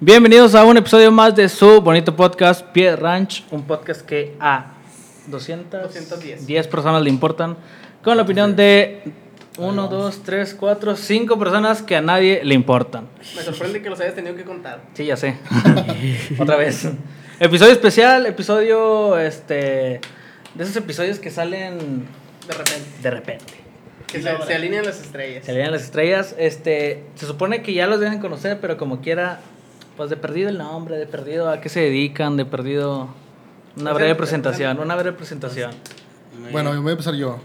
Bienvenidos a un episodio más de su bonito podcast, Pie Ranch, un podcast que a 200, 210. 10 personas le importan, con la opinión de 1, 2, 3, 4, 5 personas que a nadie le importan. Me sorprende que los hayas tenido que contar. Sí, ya sé. Otra vez. Episodio especial, episodio este de esos episodios que salen De repente. de repente. Que se, se alinean las estrellas. Se le dan las estrellas. Este, se supone que ya los deben conocer, pero como quiera, pues de perdido el nombre, de perdido a qué se dedican, de perdido una Pues, breve el- presentación, una breve presentación. Bueno, voy a empezar yo.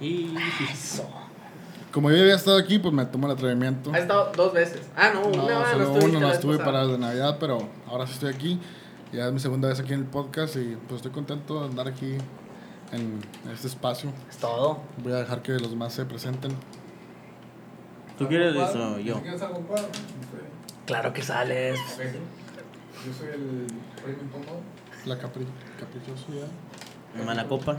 Como yo ya había estado aquí, pues me tomo el atrevimiento. Has estado dos veces. Ah, no, No, una, no solo estuviste uno, la no vez estuve pasada. para las de Navidad, pero ahora sí estoy aquí. Ya es mi segunda vez aquí en el podcast y pues estoy contento de andar aquí en este espacio. Es todo. Voy a dejar que los demás se presenten. ¿Tú quieres eso? Yo. Claro que sales. Yo soy el premio Pombo, La capri caprichosa ya. Me mala copa.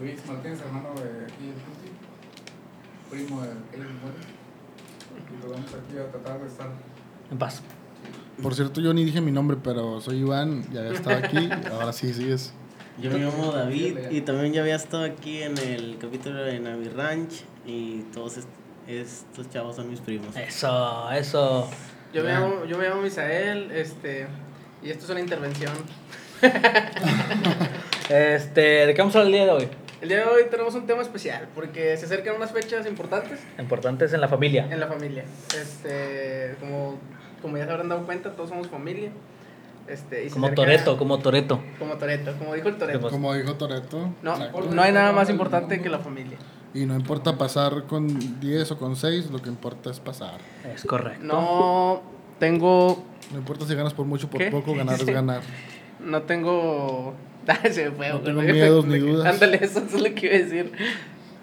Luis Martínez, hermano de aquí el Tuti, primo de Ellen Muerte. Y lo vamos aquí a tratar de estar. En paz. Por cierto, yo ni dije mi nombre, pero soy Iván, ya había estado aquí, ahora sí sigues. Yo me llamo David y también ya había estado aquí en el capítulo de Navi Ranch y todos est- estos chavos son mis primos. Eh. Eso, eso. Yo me, llamo, yo me llamo Misael, este. Y esto es una intervención. Este, ¿de qué vamos a hablar el día de hoy? El día de hoy tenemos un tema especial porque se acercan unas fechas importantes Importantes en la familia. en la familia. Este, como, como ya se habrán dado cuenta, todos somos familia. Este, y se Como acerca- Toreto, como Toreto. Como Toreto, como dijo el Toreto. Pues- Como dijo Toreto, No, no hay nada más importante que la familia. y no importa pasar con 10 o con 6, lo que importa es pasar. Es correcto. No tengo No importa si ganas por mucho o por ¿Qué? poco, ganar es ganar. No tengo. Ah, se me fue, No güey. tengo miedos ni dudas. Ándale, eso es lo que iba a decir.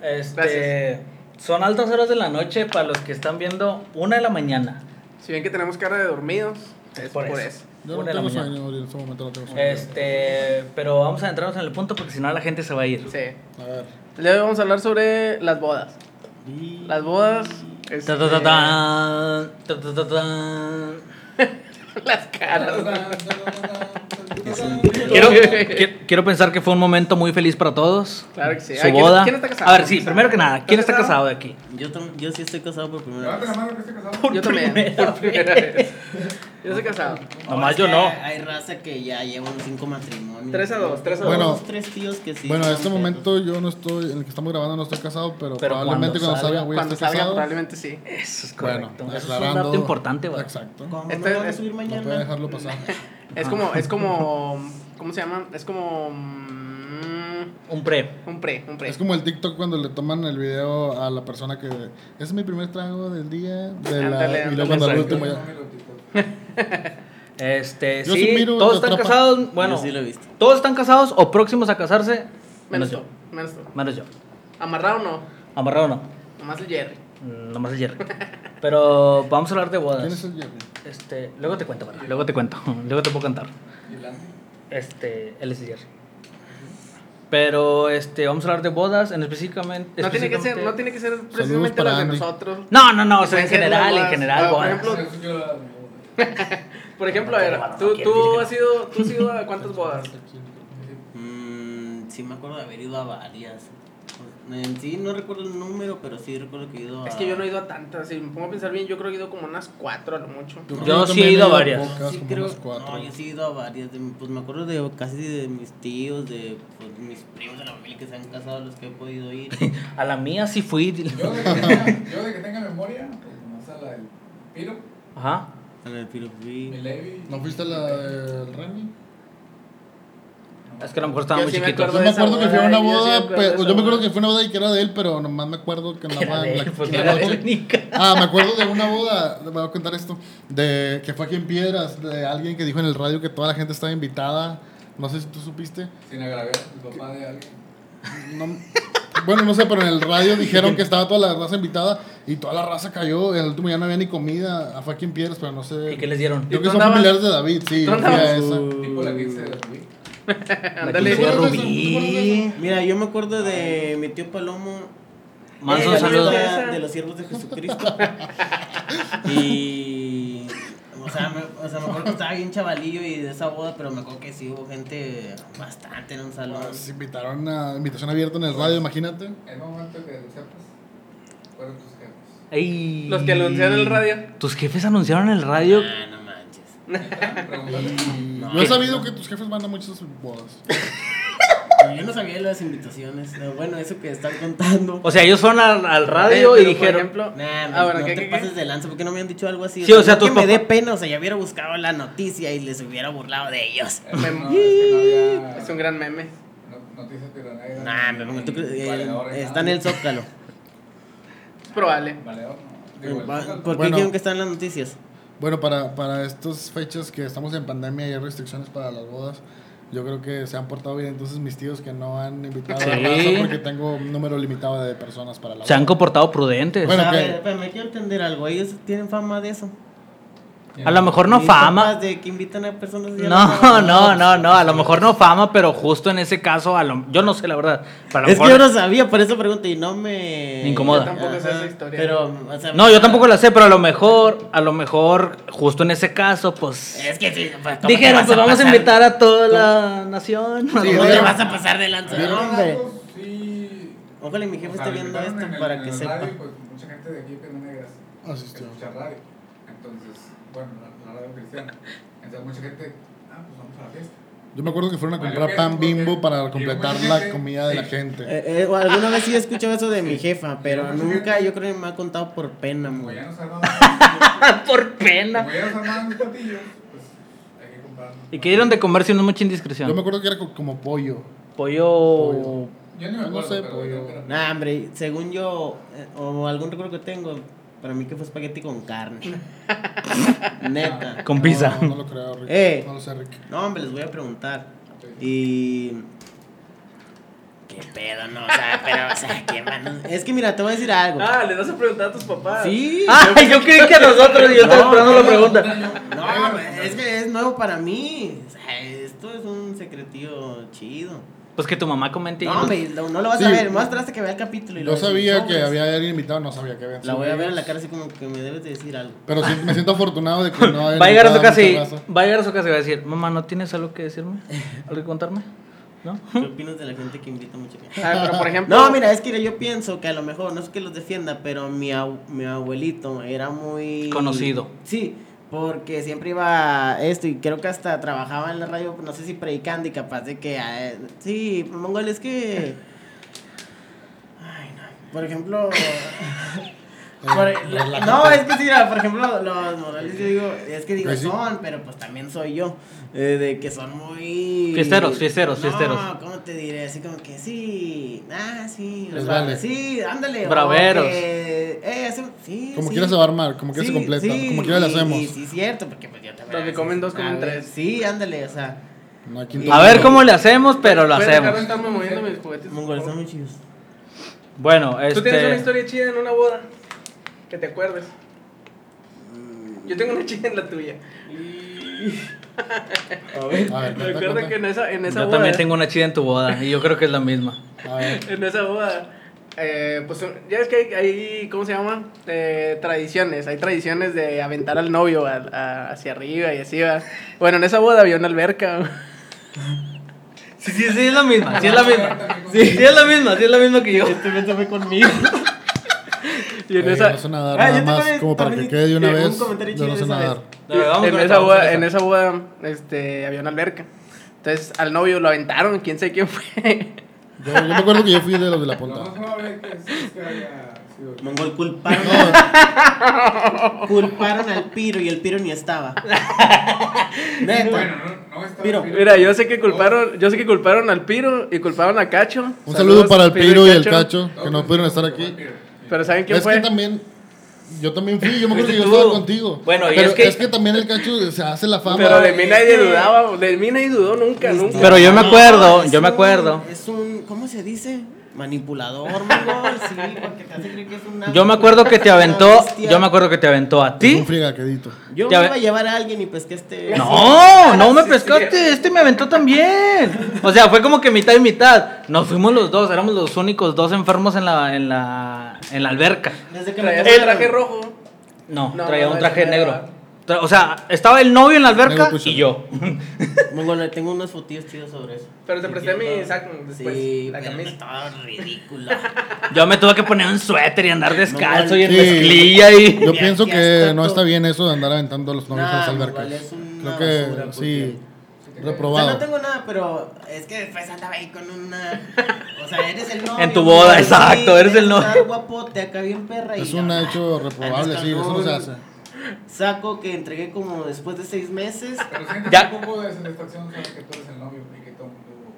Este, son altas horas de la noche para los que están viendo una de la mañana. Si bien que tenemos cara de dormidos, es por, eso. Yo no Una de la tengo mañana. sueño, en este momento no tengo sueño. Este, pero vamos a entrarnos en el punto porque si no la gente se va a ir. Sí. A ver, El día de hoy vamos a hablar sobre las bodas. Y- Las bodas. este, Ta, ta, ta, tan, ta, ta, ta, tan. Las caras. Quiero, qui- quiero pensar que fue un momento muy feliz para todos. Claro que sí. Su Ay, ¿quién- boda. quién está casado? A ver, sí, primero que nada, ¿quién está ¿Estás casado de aquí? Yo, tam- yo sí estoy casado por primera Levante vez. la mano que esté casado. Yo también. primera por primera vez. Yo soy casado. Nomás Es yo que no. Hay raza que ya llevan cinco matrimonios. Tres a dos, tres a Bueno. Dos, tres tíos que sí. bueno, en son este pedos. momento yo no estoy, en el que estamos grabando no estoy casado, pero, Pero probablemente cuando cuando salga- salga, voy a Cuando estar salga, casado. probablemente sí. Eso es Bueno, correcto. Eso es un aclarando. dato importante, güey. Exacto. Como Este- no lo van a es- subir No mañana. puede dejarlo pasar. Es como. Es como Ah. ¿Cómo se llama? Es como. mm, Un pre. Un pre, un pre. Es como el TikTok cuando le toman el video a la persona que "Ese es mi primer trago del día de la, Ándale, y ándale, luego cuando el exacto. último ya. Este, Yo sí, sí miro todos la están trampa. casados. Bueno, Yo sí lo he visto. todos están casados o próximos a casarse. Menos Menos tú. yo. Menos tú. Menos yo. Amarrado no. Amarrado no. Nomás el Jerry. Mm, Nomás el Jerry. Pero vamos a hablar de ¿Quién es bodas. el Jerry? Este, luego te cuento, bueno, luego te cuento. Luego te puedo contar. Este, él es el Jerry. Pero este, vamos a hablar de bodas, en específicamente. No tiene que ser, no específicamente- tiene que ser precisamente para las de Andy. nosotros. No, no, no, o sea, en Pueden ser general, en bodas. general, Ah, por bodas. ejemplo, Por ejemplo, a No, ver, no, no, tú, quiero decir tú que has ido, tú has ido a cuántas bodas? Mm, sí, me acuerdo de haber ido a varias. En sí, no recuerdo el número, pero sí recuerdo que he ido a. Es que yo no he ido a tantas, si me pongo a pensar bien, yo creo que he ido como unas cuatro a lo mucho. creo que Yo sí también he ido a a varias. pocas, Sí, como creo- unas cuatro. No, yo sí he ido a varias. de- pues me acuerdo de casi de mis tíos, de pues, mis primos de la familia que se han casado, los que he podido ir. A la mía sí fui. Yo de que tenga- yo de que tenga memoria, pues nomás a la del Piro, Ajá. En el mi Pirofí. Levi. ¿No fuiste a la del Remy? Es que a lo mejor estábamos Yo sí me chiquitos. Yo de me esa acuerdo que boda, fui a una yo sí me boda, acuerdo de pero esa yo me acuerdo boda. que fue una boda y que era de él, pero nomás me acuerdo que Era andaba de en él, la pues, porque en era la de boda. Verónica. Ah, me acuerdo de una boda, me voy a contar esto, de que fue aquí en Piedras, de alguien que dijo en el radio que toda la gente estaba invitada. No sé si tú supiste. Sin agraviar, el papá de alguien. No- bueno, no sé, pero en el radio dijeron que estaba toda la raza invitada y toda la raza cayó. En el último ya no había ni comida. Ah, Fue aquí en Piedras, pero no sé. ¿Y qué les dieron? ¿Y Creo tú que son andabas? familiares de David, sí. ¿Tú yo fui a andabas? esa. Tipo la que hice de Rubí. Ándale. quince de ¿Tú te acuerdas de eso? Rubí. Mira, yo me acuerdo de mi tío Palomo. Más Eh, un la saludo. neta- De los siervos de Jesucristo. y. O sea, me, o sea, me acuerdo que estaba bien chavalillo y de esa boda, pero me acuerdo que sí hubo gente bastante en un salón. Se invitaron a invitación abierta en el radio, imagínate. El momento que lo sepas, fueron tus jefes. Ey. Los que anunciaron el radio. Tus jefes anunciaron el radio. Ah, no manches. Estaban preguntando. No. Yo he sabido que tus jefes mandan muchas bodas. Yo no sabía de las invitaciones. No, bueno, eso que están contando. O sea, ellos fueron al, al radio Eh, y pero, por dijeron. ejemplo, Nah, ah, bueno, pues, no ¿qué, te qué, qué? pases de lanza porque no me han dicho algo así. Sí, o sea, no tus que me papás- dé pena, o sea, ya hubiera buscado la noticia y les hubiera burlado de ellos. No, Eh, es que no había Es un gran meme. no- noticias pioneras. Nah, me pongo- tú crees- eh, está en el zócalo. Es probable. Valedor, no. Digo, el Eh, Va- Zócalo. ¿Por qué Bueno. dijeron que están las noticias? Bueno, para, para estas fechas que estamos en pandemia y hay restricciones para las bodas, yo creo que se han portado bien. Entonces, mis tíos que no han invitado a Sí. la raza porque tengo un número limitado de personas para la Se han boda. comportado prudentes. Bueno, a que- ver, pero me quiero entender algo. Ellos tienen fama de eso. a lo mejor no Mis papás fama. De que invitan a personas. y a la No, boda. no, no, no. A lo mejor no fama, pero justo en ese caso, a lo- yo no sé la verdad. Pero a lo Es que yo mejor- no sabía, por eso pregunto y no me. Me incomoda. Yo tampoco sé esa historia. Pero, o sea, No, yo tampoco la sé, pero a lo mejor, a lo mejor, justo en ese caso, pues. Es que sí, pues, ¿cómo te Dijeron, vas pues vamos a pasar- invitar a toda la nación. Sí, ¿Cómo te dijeron. vas a pasar de lanza? Había No, hombre. datos, sí. Ojalá y mi jefe O sea, esté viendo invitaron esto en el- en para que el sepa. radio, pues, mucha gente de aquí que no negas Asistió. escuchar radio. Entonces, bueno, la, la radio cristiana. Entonces, mucha gente, ah, pues vamos a la fiesta. Yo me acuerdo que fueron a Vale, comprar ok, pan ok. bimbo para Llegó completar mucha la gente. comida de la Sí. gente. Eh, eh, o alguna vez sí he escuchado eso de mi jefa, pero Sí. nunca yo creo que me ha contado por pena, Como güey. ya nos armaban, Por pena. como ya nos armaban mis platillos, pues hay que comprar. ¿Y qué dieron de comer si no es mucha indiscreción? Yo me acuerdo que era co- como pollo. Pollo. Yo ni me No acuerdo, sé, pues, pero pollo. creo que era- Nah, hombre, según yo, eh, o algún recuerdo que tengo, para mí que fue espagueti con carne. Neta. Con pizza. No, no lo creo, Rick. Eh. No lo sé, Rick. No, hombre, les voy a preguntar. Y. ¿Qué pedo, no? O sea, pero, o sea, ¿qué mano? Es que mira, te voy a decir algo. Ah, les vas a preguntar a tus papás. Sí. Ay, Ah, yo creí que a nosotros, y yo estaba No, esperando la pregunta. No, hombre, es que es nuevo para mí. O sea, esto es un secretillo chido. Pues que tu mamá comente. y No, yo- hombre, no, no lo vas a Sí. ver. Más traste que vea el capítulo. Y lo Yo ves, sabía no, que pues, había alguien invitado, no sabía que habían La voy a sido ver en la ellos. cara así como que me debes de decir algo. Pero sí, me siento afortunado de que no hayan Va a llegar a su invitado casa y mucha raza. va a llegar a su casa y va a decir, mamá, ¿no tienes algo que decirme? ¿Algo que contarme? ¿No? ¿Qué opinas de la gente que invita mucha gente? Ah, pero por ejemplo. No, mira, es que yo pienso que a lo mejor, no es que los defienda, pero mi, abu- mi abuelito era muy... Conocido. Sí, porque siempre iba a esto y creo que hasta trabajaba en la radio, no sé si predicando y capaz de que... eh, sí, Mongol, es que... Ay, no. Por ejemplo... por- e-, relájate. no, es que sí, mira, por ejemplo, los morales, yo digo, es que digo Pues sí. son, pero pues también soy yo, eh, de que son muy... Fiesteros, fiesteros, No, fiesteros. ¿Cómo te diré? Así como que sí, ah, sí, Les o sea, vale. Sí, ándale. o Braveros. que, eh, hace- sí, Como sí. quiera se va a armar, como quiera Sí, se completa, sí, como quiera le y- hacemos. Y, sí, cierto, porque pues yo también. Los que comen dos, comen A ver, tres. Sí, ándale, o sea. No hay quien A tome. A ver cómo le hacemos, pero lo ¿Puedes dejar de hacemos. estarme moviendo mis juguetes. por Mongol, favor? están muy chidos. Bueno, Tú tienes una este. historia chida en una boda. Que te acuerdes. Yo tengo una chida en la tuya. A A ver. ver, cuenta, Recuerda cuenta. que en esa, en esa Yo boda. también tengo una chida en tu boda y yo creo que es la misma. A ver. En esa boda. eh, pues ya es que hay, hay, ¿cómo se llama? Eh, tradiciones. Hay tradiciones de aventar al novio al- a- hacia arriba y así va. Bueno, en esa boda había una alberca. Sí, sí, sí, es la misma, sí es la misma. Sí, sí es la misma, sí es la misma que yo. Este men se fue conmigo. Y en Eh, esa, no sé nadar Ah, yo nada te más, también- como para que también quede de una llegó un vez. comentario Yo chido no sé esa vez. nadar. A ver, vamos en, con esa esta, vamos con boda, esta. en esa boda este, había una alberca. Entonces al novio lo aventaron, quién sabe quién fue. Yo, yo me acuerdo que yo fui de los de la Lo más punta. probable que sí es que haya sido. Mongol, culparon. culparon al Piro y el Piro ni estaba. Neta. Bueno, no, no está. Mira, Mira, yo sé que culparon, yo sé que culparon al Piro y culparon a Cacho. Un saludo para el Piro y el Cacho, No, que no pues, pudieron estar no, aquí. pero- Pero ¿saben quién Es fue? que también. Yo también fui, yo me acuerdo que yo Fuiste tú. estaba contigo. Bueno, y Pero es que- también el cacho se hace la fama. Pero de mí es nadie que- dudaba, de mí nadie dudó nunca, nunca. Pero yo me No, acuerdo, es yo me un- acuerdo. Es un, ¿cómo se dice? Manipulador, Mongol, sí, porque te hace creer que es una... Yo me acuerdo que te una aventó, bestia. yo me acuerdo que te aventó a Es ti. Un friegaquedito. Yo Ya me ve- iba a llevar a alguien y pesqué este... No, no me pescaste, este me aventó también. O sea, fue como que mitad y mitad. Nos fuimos los dos, éramos los únicos dos enfermos en la, en la, en la alberca. Desde que me Traía tomaron- el traje rojo. No, No, traía no, un ese traje no negro. era. O sea, estaba el novio en la alberca Luego tú, y yo. Mongol, tengo unos fotillos chidos sobre eso. Pero te Sí, presté quiero mi todo. saco después. Sí, la pero camisa. estaba ridículo. Yo me tuve que poner un suéter y andar descalzo y en Sí. mezclilla y... Yo Ya- pienso ya que está no todo. está bien eso de andar aventando a los novios a las Nah, albercas. igual es Creo una que basura, sí, O sea, reprobado. no tengo nada, pero es que después andaba ahí con una. O sea, eres el novio. En tu boda, güey, exacto, sí, eres el novio. estás guapote, acá bien perra. y Ah, Es no, un nah, hecho la reprobable, neta, sí, eso no se hace. Saco que entregué como después de seis meses. Pero sientes Ya. un poco de satisfacción saber que tú eres el novio y que todo el mundo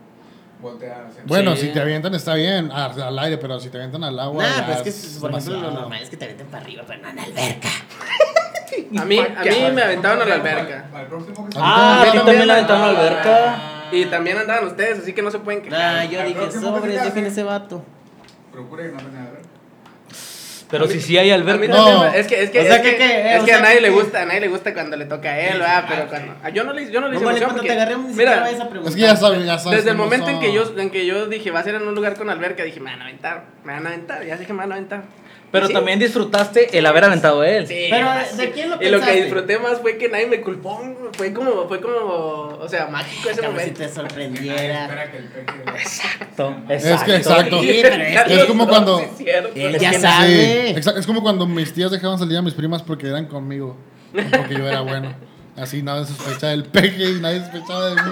voltea hacia ti. Bueno, Sí. si te avientan está bien, a- al aire, pero si te avientan al agua. Nah, ya pues es que es por ejemplo, lo demasiado. normal es que te meten para arriba, pero no en la alberca. A mí, a mí me aventaron a la alberca. Al próximo que se- Ah, a ti también la aventaron a la alberca. Y también andaban ustedes, así que no se pueden Nah, quejar. Ah. yo Al dije, próximo que sobre, te dejen hace. ese vato. Procura que no tenga alberca. Pero si sí hay A mí alberca. No. también, es que, es que, O sea, es que- que, que- es o que a sea, nadie que- le gusta, a nadie le gusta cuando le toca a él, ¿verdad? Pero cuando, ah, yo no le, yo no le hice Mongol, emoción cuando porque- te agarremos ni siquiera mira, vayas a preguntar. Es que ya sabes, ya sabes. desde el cómo momento en son. que yo, en que yo dije, va a ser en un lugar con alberca, dije, me van a aventar, me van a aventar, ya sé que me van a aventar. Pero Y sí, también disfrutaste el haber aventado a él. Sí, Pero, más, ¿de sí. quién lo Y lo que pensaste? disfruté más fue que nadie me culpó, fue como, fue como, o sea, mágico ese Como si momento. te sorprendiera. Espera que el peje. Es que exacto. Sí, pero es que- Es como cuando- Sí, es cierto. Él ya que- Sí, sabe. exa- es como cuando mis tías dejaban salir a mis primas porque eran conmigo. no Porque yo era bueno. Así nadie sospechaba del peje y nadie sospechaba de mí.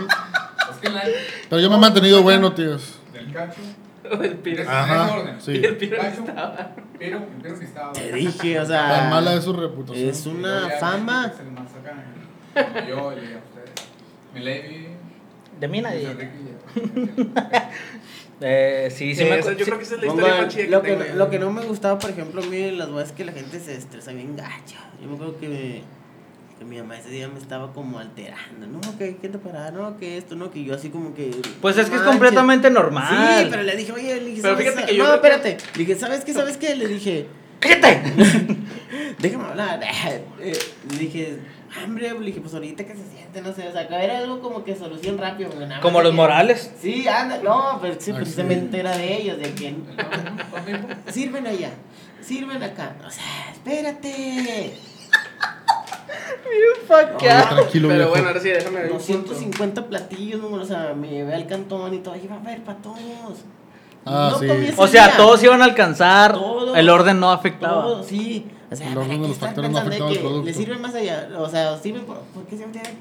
Es que la Pero yo me he mantenido bueno, tíos. del cacho. El piro. Ajá. Sí. Y el piro no Cacho, estaba. Pero, el piro que estaba. Te dije, o sea. Tan mala es su reputación. Ah. Es Y luego una ya fama. se le más acá, ¿eh? Yo le dije a ustedes. Mi lady. De mí Luis nadie. Enrique y ya. Eh, sí, sí Eh, me esa- acu- yo sí. creo que esa es la Pongo historia el- más chida lo, que que, tengo. lo que no me gustaba, por ejemplo, a mí en las bodas es que la gente se estresa bien gacha. Yo me acuerdo que, que mi mamá ese día me estaba como alterando. No, que que te parar, no, que esto, no, que yo así como que. Pues es que es "Manches". completamente Sí, pero normal. le dije, oye, le dije, Pero "¿sabes fíjate qué? que yo No, creo espérate. Le dije, ¿sabes qué? ¿Sabes qué? Le dije, ¡Cállate! déjame hablar. Eh, Le dije, hambre, le dije, pues ahorita que se siente, no sé. O sea, que era algo como que solución rápido. güey, nada más Como de los que- morales. Sí, anda, no, pero sí, Ay, precisamente sí. era de ellos, de quien. El novio, Sirven allá, sirven acá. O sea, espérate. Oye, tranquilo, Pero viejo. bueno, ahora sí, déjame ver. un punto. 250 platillos, no, o sea, me llevé al cantón y todo. Iba a ver para todos. Ah, sí. comí ese O sea, día. todos iban a alcanzar. Todos. El orden no afectaba. Todo, sí. O sea, El ¿para orden qué de los estás factores no pensando afectaba de al producto. Le sirven más allá. O sea, sirven por, ¿por qué siempre hay-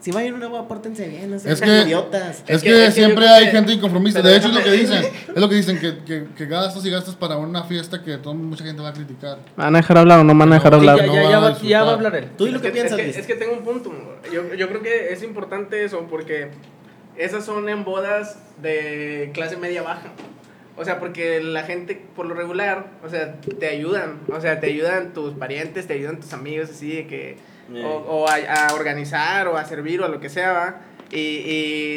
Si va a ir una agua, pórtense bien, no sean Es que- idiotas. Es Es que, que- es que siempre yo creo hay que- gente inconformista. pero De hecho, es lo que déjame- dicen. Es lo que dicen, que, que, que gastas y gastas para una fiesta que todo- mucha gente va a criticar. ¿Me van a dejar hablar o no me van a dejar No, Sí, hablar? ya, no ya- va ya a va, disfrutar. ya va a hablar él. ¿Tú y lo que Es piensas, es que, Luis? es que tengo un punto. Yo, yo creo que es importante eso porque esas son en bodas de clase media-baja. O sea, porque la gente por lo regular, o sea, te ayudan. O sea, te ayudan tus parientes, te ayudan tus amigos, así de que. Eh. O, o a, a organizar o a servir o a lo que sea, ¿va? Y,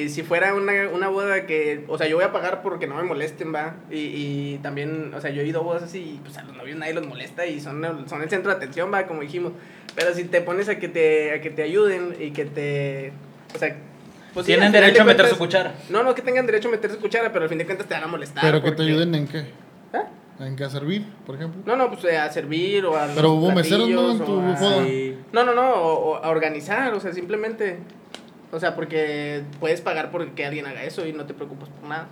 y si fuera una, una boda que, o sea, yo voy a pagar porque no me molesten, va. Y, y también, o sea, yo he ido a bodas así y pues a los novios nadie los molesta y son el, son el centro de atención, va, como dijimos. Pero si te pones a que te, a que te ayuden y que te. O sea, pues sí, Tienen al final derecho a de meter su cuentas- cuchara. No, no que tengan derecho a meter su cuchara, pero al fin de cuentas te van a molestar. Pero que te porque- ayuden en qué. ¿Eh? En qué a servir, por ejemplo. No, no, pues eh, a servir o a. los Pero hubo meseros, ¿no? platillos en tu o a- boda. No, no, no, o, o a organizar, o sea, simplemente. O sea, porque puedes pagar porque alguien haga eso y no te preocupas por nada.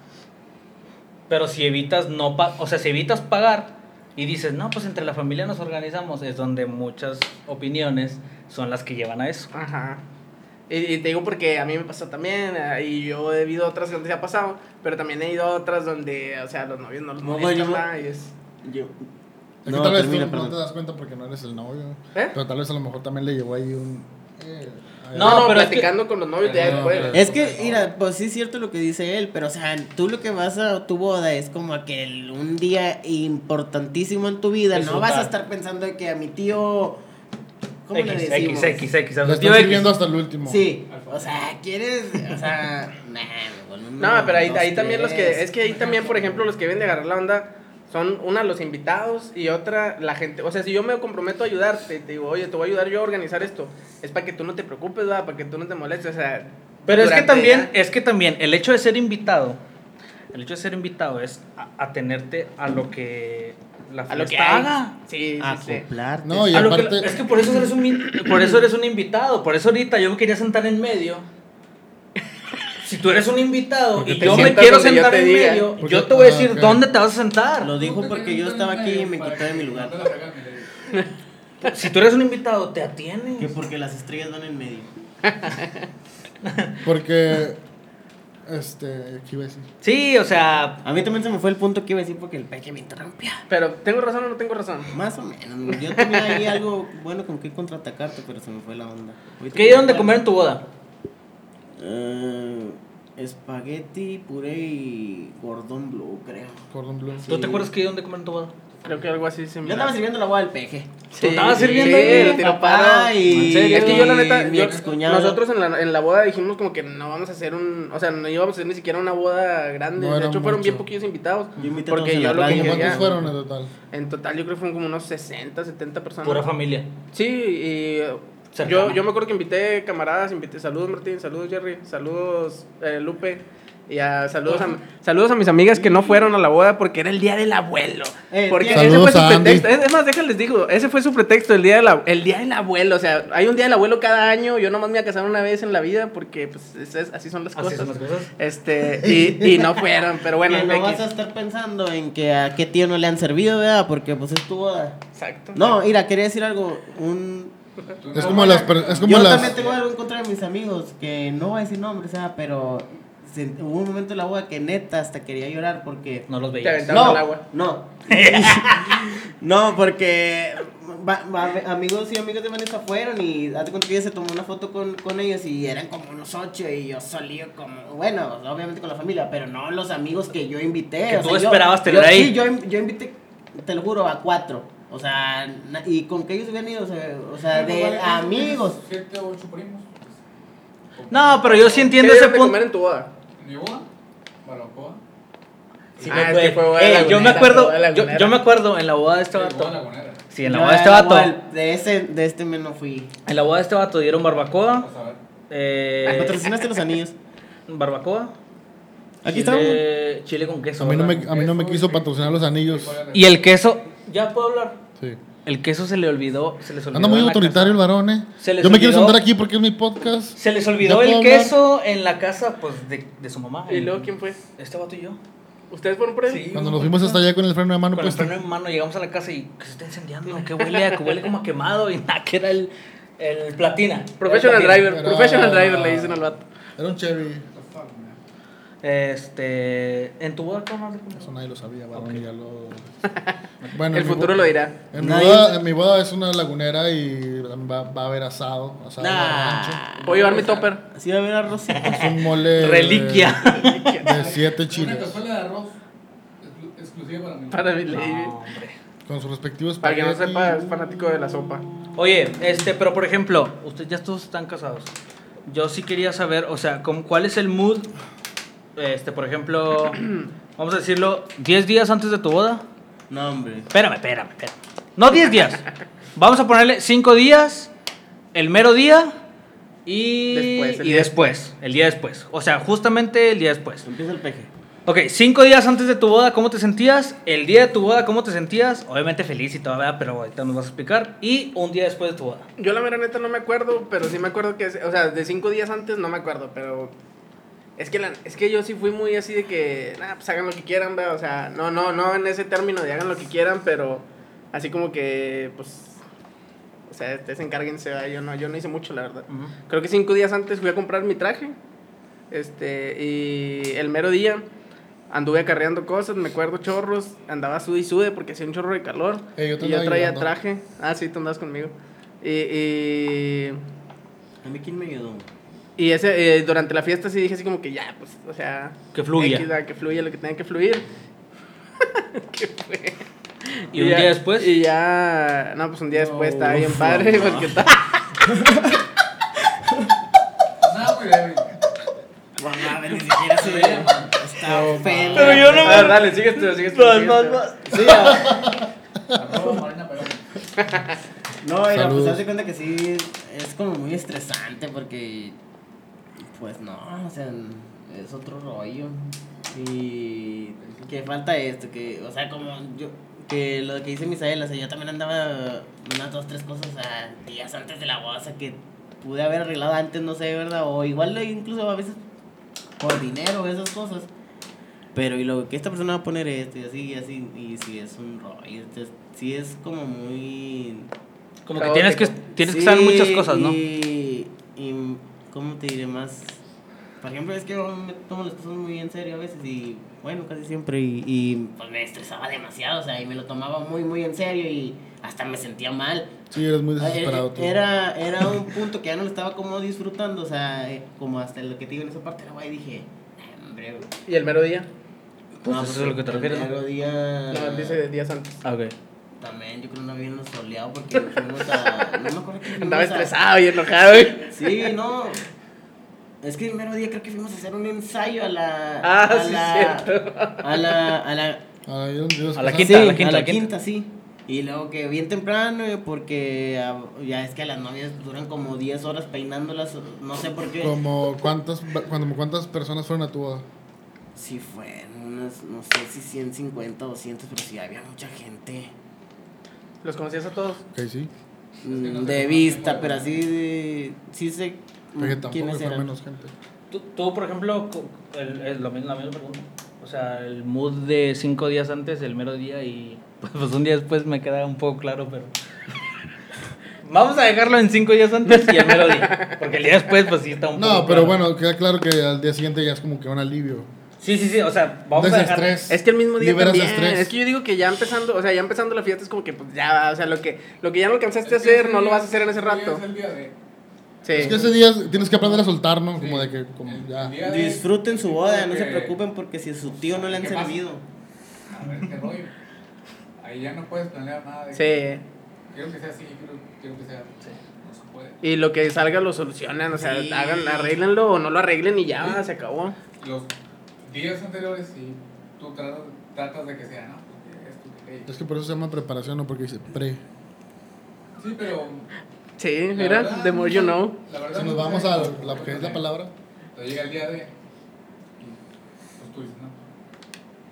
Pero si evitas no pa- o sea, si evitas pagar y dices, no, pues entre la familia nos organizamos, es donde muchas opiniones son las que llevan a eso. Ajá. Y, y te digo porque a mí me pasó también, eh, y yo he ido a otras donde se ha pasado, pero también he ido a otras donde, o sea, los novios no los No, molestan, yo- va, y es... Yo. Es que tal vez termina, tú no perdón. te das cuenta porque no eres el novio. ¿Eh? Pero tal vez a lo mejor también le llegó ahí un. eh, ahí No, va. No, no, pero es platicando con los novios ya No, después. pero- Es que, mira, pues sí es cierto lo que dice él, pero o sea, tú lo que vas a tu boda es como aquel un día importantísimo en tu vida, no Disfrutar. vas a estar pensando de que a mi tío ¿cómo le X, X, decimos? X, X, a Le los estoy tío X. sirviendo hasta el último. Sí, o sea, quieres, o sea, nah, No, pero ahí, dos, ahí también los tres. que, es que ahí también, por ejemplo, los que vienen de agarrar la onda son una los invitados y otra la gente. O sea, si yo me comprometo a ayudarte, te digo, oye, te voy a ayudar yo a organizar esto, es para que tú no te preocupes, ¿verdad? para que tú no te molestes, o sea. Pero es que durante también, ya- es que también, el hecho de ser invitado, el hecho de ser invitado es a- atenerte a lo que, la A lo que fiesta hay. haga. Sí, Ah, sí, sí. Acoplarte. No, y A lo que- aparte- es que por eso, eres un, in- por eso eres un invitado. Por eso ahorita yo me quería sentar en medio. Si tú eres un invitado Porque y te yo me sientas quiero donde yo sentar te en diga. medio, Porque- yo te voy a ah, decir ok. dónde te vas a sentar. Lo dijo porque yo estaba aquí y me quitó de mi No te lugar. la hagas, mi ley. Si tú eres un invitado, te Que atienden. porque las estrellas van en medio. Porque. Este. ¿Qué iba a decir? Sí, o sea, A mí también se me fue el punto que iba a decir porque el peje me interrumpía. Pero, ¿tengo razón o no tengo razón? Más o menos. Yo tenía ahí algo bueno con que contraatacarte, pero se me fue la onda. Ahorita ¿qué me dieron de acuerdo. comer en tu boda? Eh, espagueti, puré y gordón blue, creo. Cordon Blue. ¿Tú te acuerdas qué dieron de comer en tu boda? Creo que algo así Yo estaba similar. sirviendo la agua del peje. ¿Tú estabas sirviendo? Sí, te lo Papá paro. y Es que yo la neta, mi yo- excuñado. nosotros en la, en la boda dijimos como que no vamos a hacer un, o sea, no íbamos a hacer ni siquiera una boda grande. No de era hecho, fueron bien mucho. poquillos invitados. Yo invité a todos porque en la yo lo que playa. ¿Cómo quería, ¿Cuántos fueron en total? en total yo creo que fueron como unos 60, 70 personas. Pura familia. Sí, y eh, Cercana. yo, yo me acuerdo que invité camaradas, invité saludos Martín, saludos Jerry, saludos eh, Lupe. Y a- saludos, a, saludos a mis amigas que no fueron a la boda porque era el día del abuelo. Eh, Porque tía. ese fue Saludos su a Andy. pretexto. Es, es más, déjenles digo, ese fue su pretexto, el día, del, ab- el día del abuelo. O sea, hay un día del abuelo cada año. Yo nomás me voy a casar una vez en la vida porque pues, es- es- así son las Así cosas. son las cosas. Este, y, y no fueron, pero bueno. que no X. vas a estar pensando en que a qué tío no le han servido, ¿verdad? Porque pues es tu boda. Exacto. No, mira, quería decir algo. Un... Tú Es Pues no como las. vayas. per- Es como Yo las. también tengo algo en contra de mis amigos, que no voy a decir nombres, ¿verdad? Pero se- hubo un momento en la boda que neta hasta quería llorar porque... No los Te veías. aventaron al agua. No. no, porque va- va- amigos y amigas de Vanessa fueron y hace cuenta que ella se tomó una foto con, con ellos y eran como unos ocho y yo solía como, bueno, obviamente con la familia, pero no los amigos que yo invité. Que o tú sea, yo- esperabas yo, tener ahí. Sí, yo, in- yo invité, te lo juro, a cuatro. O sea, na- y con que ellos hubieran ido, o sea, o sea, No, de vale, amigos. Siete o ocho primos. pues. No, pero yo sí ¿Qué entiendo dieron ese de punto. comer en tu boda? Ni boda, barbacoa, Sí, Ah, me es fue. que fue boda Eh, yo me lagunera, acuerdo, boda yo, lagunera. yo me acuerdo en la boda de este y boda vato. lagunera. Sí, en la Yo boda de este a la vato. boda De, ese, de este mes no fui. En la boda de este vato dieron barbacoa. Vas a ver. Ah, Eh, Patrocinaste los anillos. barbacoa. Aquí estamos. chile, chile con queso. A mí no me, ¿verdad? a mí no me quiso patrocinar los anillos. Y el queso. Ya puedo hablar. Sí. El queso se le olvidó. Se les olvidó. Anda muy en la autoritario el varón, eh. Se les Yo me quiero olvidó. sentar aquí porque es mi podcast. casa. Se les ¿Ya olvidó puedo el hablar? queso en la casa, pues, de, de su mamá. ¿Y luego quién fue? Este vato y yo. ¿Ustedes fueron por él? Sí. Cuando nos fuimos hasta allá con el freno de mano Con el puesto. freno en mano llegamos a la casa y que se está incendiando, que huele, a- que huele como a quemado y nada, que era el, el platina. Professional Era el driver, Pero- professional driver le dicen al vato. Era un Chevy. Este, en tu boda cómo más de comer? Eso nadie lo sabía, varón. y ya lo- Bueno, El en mi futuro bo- lo dirá. En mi, Nadie- boda, en mi boda es una lagunera y va, va a haber asado. Asado de rancho. Ah, Nah. Voy a llevar mi topper. Sí, va a haber arrocito. Es un mole. Reliquia. De, de siete chiles. Una cazuela de arroz exclu- exclusiva para mí. Para mi No, lady. hombre. Con sus respectivos Para que no espagueti. sepa, es fanático de la sopa. Oye, este, pero por ejemplo, ustedes ya todos están casados. Yo sí quería saber, o sea, ¿con ¿cuál es el mood? Este, por ejemplo, vamos a decirlo, 10 días antes de tu boda. No, hombre. Espérame, espérame, espérame. No 10 días. Vamos a ponerle 5 días, el mero día y Después, el y día después, el día después. O sea, justamente el día después. Empieza el peje. Ok, cinco días antes de tu boda, ¿cómo te sentías? El día de tu boda, ¿cómo te sentías? Obviamente feliz y todo, ¿verdad? pero ahorita nos vas a explicar. Y un día después de tu boda. Yo la mera neta no me acuerdo, pero sí me acuerdo que, o sea, de cinco días antes no me acuerdo, pero es que, la- es que yo sí fui muy así de que, nada, pues hagan lo que quieran, ¿verdad? o sea, no, no, no en ese término de hagan lo que quieran, pero así como que, pues, o sea, ustedes encárguense, ¿verdad? yo no, yo no hice mucho, la verdad. Creo que cinco días antes fui a comprar mi traje. Este, y el mero día anduve acarreando cosas, me acuerdo chorros, andaba sude y sude porque hacía un chorro de calor. Eh, yo te y yo andaba traía ayudando. traje. Ah, sí, tú andabas conmigo. Y, y, A mí quién me ayudó. y ese, eh, durante la fiesta sí dije así como que ya, pues, o sea. Que fluya. X, ah, que fluya lo que tenga que fluir. Y un ya- día después. Y ya. No, pues un día después estaba bien uf, padre. no. Porque estaba. Nada, güey, débil. Mamá, a ver, ni siquiera se ve. Está feo. Pero yo no A ver, Ah, dale, sigues tú, sigues tú. sigues tú. Sí, ah, Arroz, Marina Perón. no, mira, Saludos. pues hazte cuenta que sí es como muy estresante porque. Pues no, o sea, es otro rollo. Y. Que falta esto, que, o sea, como yo. que lo que dice Misael, o sea, yo también andaba unas dos, tres cosas o sea, días antes de la boda, o sea, que pude haber arreglado antes, no sé, ¿verdad? O igual lo- incluso a veces por dinero, esas cosas. Pero y lo que esta persona va a poner esto y así y así, y si es un rollo, entonces sí es como muy... Como que tienes que, tienes que saber Sí, muchas cosas, ¿no? Y, y ¿cómo te diré más? Por ejemplo, es que yo me tomo las cosas muy en serio a veces y, bueno, casi siempre, y, y, pues me estresaba demasiado, o sea, y me lo tomaba muy, muy en serio y hasta me sentía mal. Sí, eres muy Eh, desesperado tú. Era, era un punto que ya no lo estaba como disfrutando, o sea, eh, como hasta lo que te digo en esa parte, la guay dije, "Nah, hombre, güey". ¿Y el mero día? Pues No, eso es a lo que te el refieres, ¿no? mero día- No, dice días antes. Ah, ok. También, yo creo que no bien soleado porque fuimos a. No me acuerdo que Andaba estresado y enojado, güey. Sí, no. Es que el mero día creo que fuimos a hacer un ensayo a la. Ah, a sí, la, A la. A la. Ah, yo- yo- A la o sea, quinta, sí, a la quinta, a la a la quinta. quinta, sí. Y luego que bien temprano, eh, porque ah, ya es que las novias duran como 10 horas peinándolas, no sé por qué. Como cuántas, cuando, cuántas personas fueron a tu boda. Sí, fueron unas, no sé si 150 o 200, pero sí había mucha gente. ¿Los conocías a todos? Ok, sí. que no mm, sé de cómo vista, se pero mueve. así de. Sí sé. mm, Porque tampoco quiénes fue eran. menos gente. Tú, tú, por ejemplo, co- el- es lo mismo, la misma pregunta. O sea, el mood de cinco días antes, el mero día y pues, pues, un día después me queda un poco claro, pero... Vamos a dejarlo en cinco días antes y el mero día. Porque el día después pues sí está un poco... No, claro. pero bueno, queda claro que al día siguiente ya es como que un alivio. Sí, sí, sí, o sea, vamos a dejar... Desestrés. Es que el mismo día Liberas también. estrés. Es que yo digo que ya empezando, o sea, ya empezando la fiesta es como que pues ya, o sea, lo que, lo que ya no alcanzaste a Es que Este hacer, ese no lo día- vas a hacer en ese día rato. Es el día de. Sí. Es que ese día tienes que aprender a soltar, ¿no? Como Sí. de que, como El- ya. el día de- Disfruten su boda, no se porque- preocupen porque si a su tío no le han ¿Qué pasa? servido. A ver qué rollo. Ahí ya no puedes planear nada. De Sí. Quiero que sea así, quiero, quiero que sea. No se puede. Y lo que salga lo solucionan, o sea, Sí. hagan, arreglenlo o no lo arreglen y ya, se acabó. Los días anteriores, sí, tú tratas, tratas de que sea, ¿no? Porque es tu que Es que por eso se llama preparación, ¿no? Porque dice pre. Sí, pero. Sí, la mira, verdad, the more you no- know. la verdad Si nos no vamos sé. a la que es la palabra. Entonces llega el día de. y, Pues tú dices, ¿no?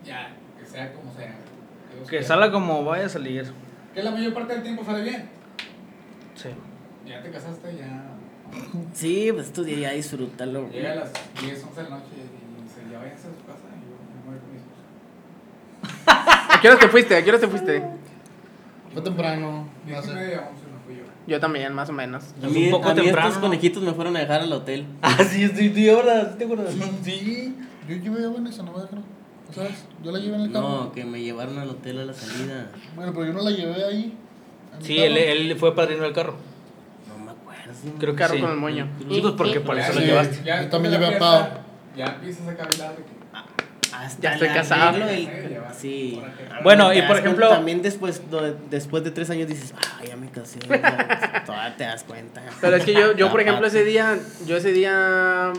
Ya, que sea como sea. Dios Que quiera. salga como vaya a salir. Que la mayor parte del tiempo sale bien. Sí. Ya te casaste, ya. Sí, pues tu día ya disfrútalo. Llega a las 10, 11 de la noche y dice, ya váyanse a su casa y yo me voy con mis ¿A qué hora te fuiste? ¿A qué hora te fuiste? Fue temprano. no Diez y sé. media, 11 no fui yo. Yo también, más o menos. A Es mí, un poco a mí temprano. estos conejitos me fueron a dejar al hotel. Ah, sí, estoy, estoy ahora, ¿sí ¿te acuerdas? Sí, yo llevé a Vanessa, no voy a dejar. ¿Sabes? Yo la llevé en el carro. No, que me llevaron al hotel a la salida. Bueno, pero yo no la llevé ahí. en mi Sí, carro. él, él fue padrino del carro. No me acuerdo. Creo que Carro sí. con el moño. Sí, pues porque por eso lo Sí. llevaste. Yo después también de la llevé a fiesta, Ya empiezas a cavilar de que. Hasta Ya estoy el casado. arreglo Sí, ya va. Sí. Bueno, Te y das por cuenta- ejemplo- También después, do- después de tres años dices, ah, ya me casé. ya, Todavía te das cuenta. Pero es que yo, yo por ejemplo, Aparte. ese día, yo ese día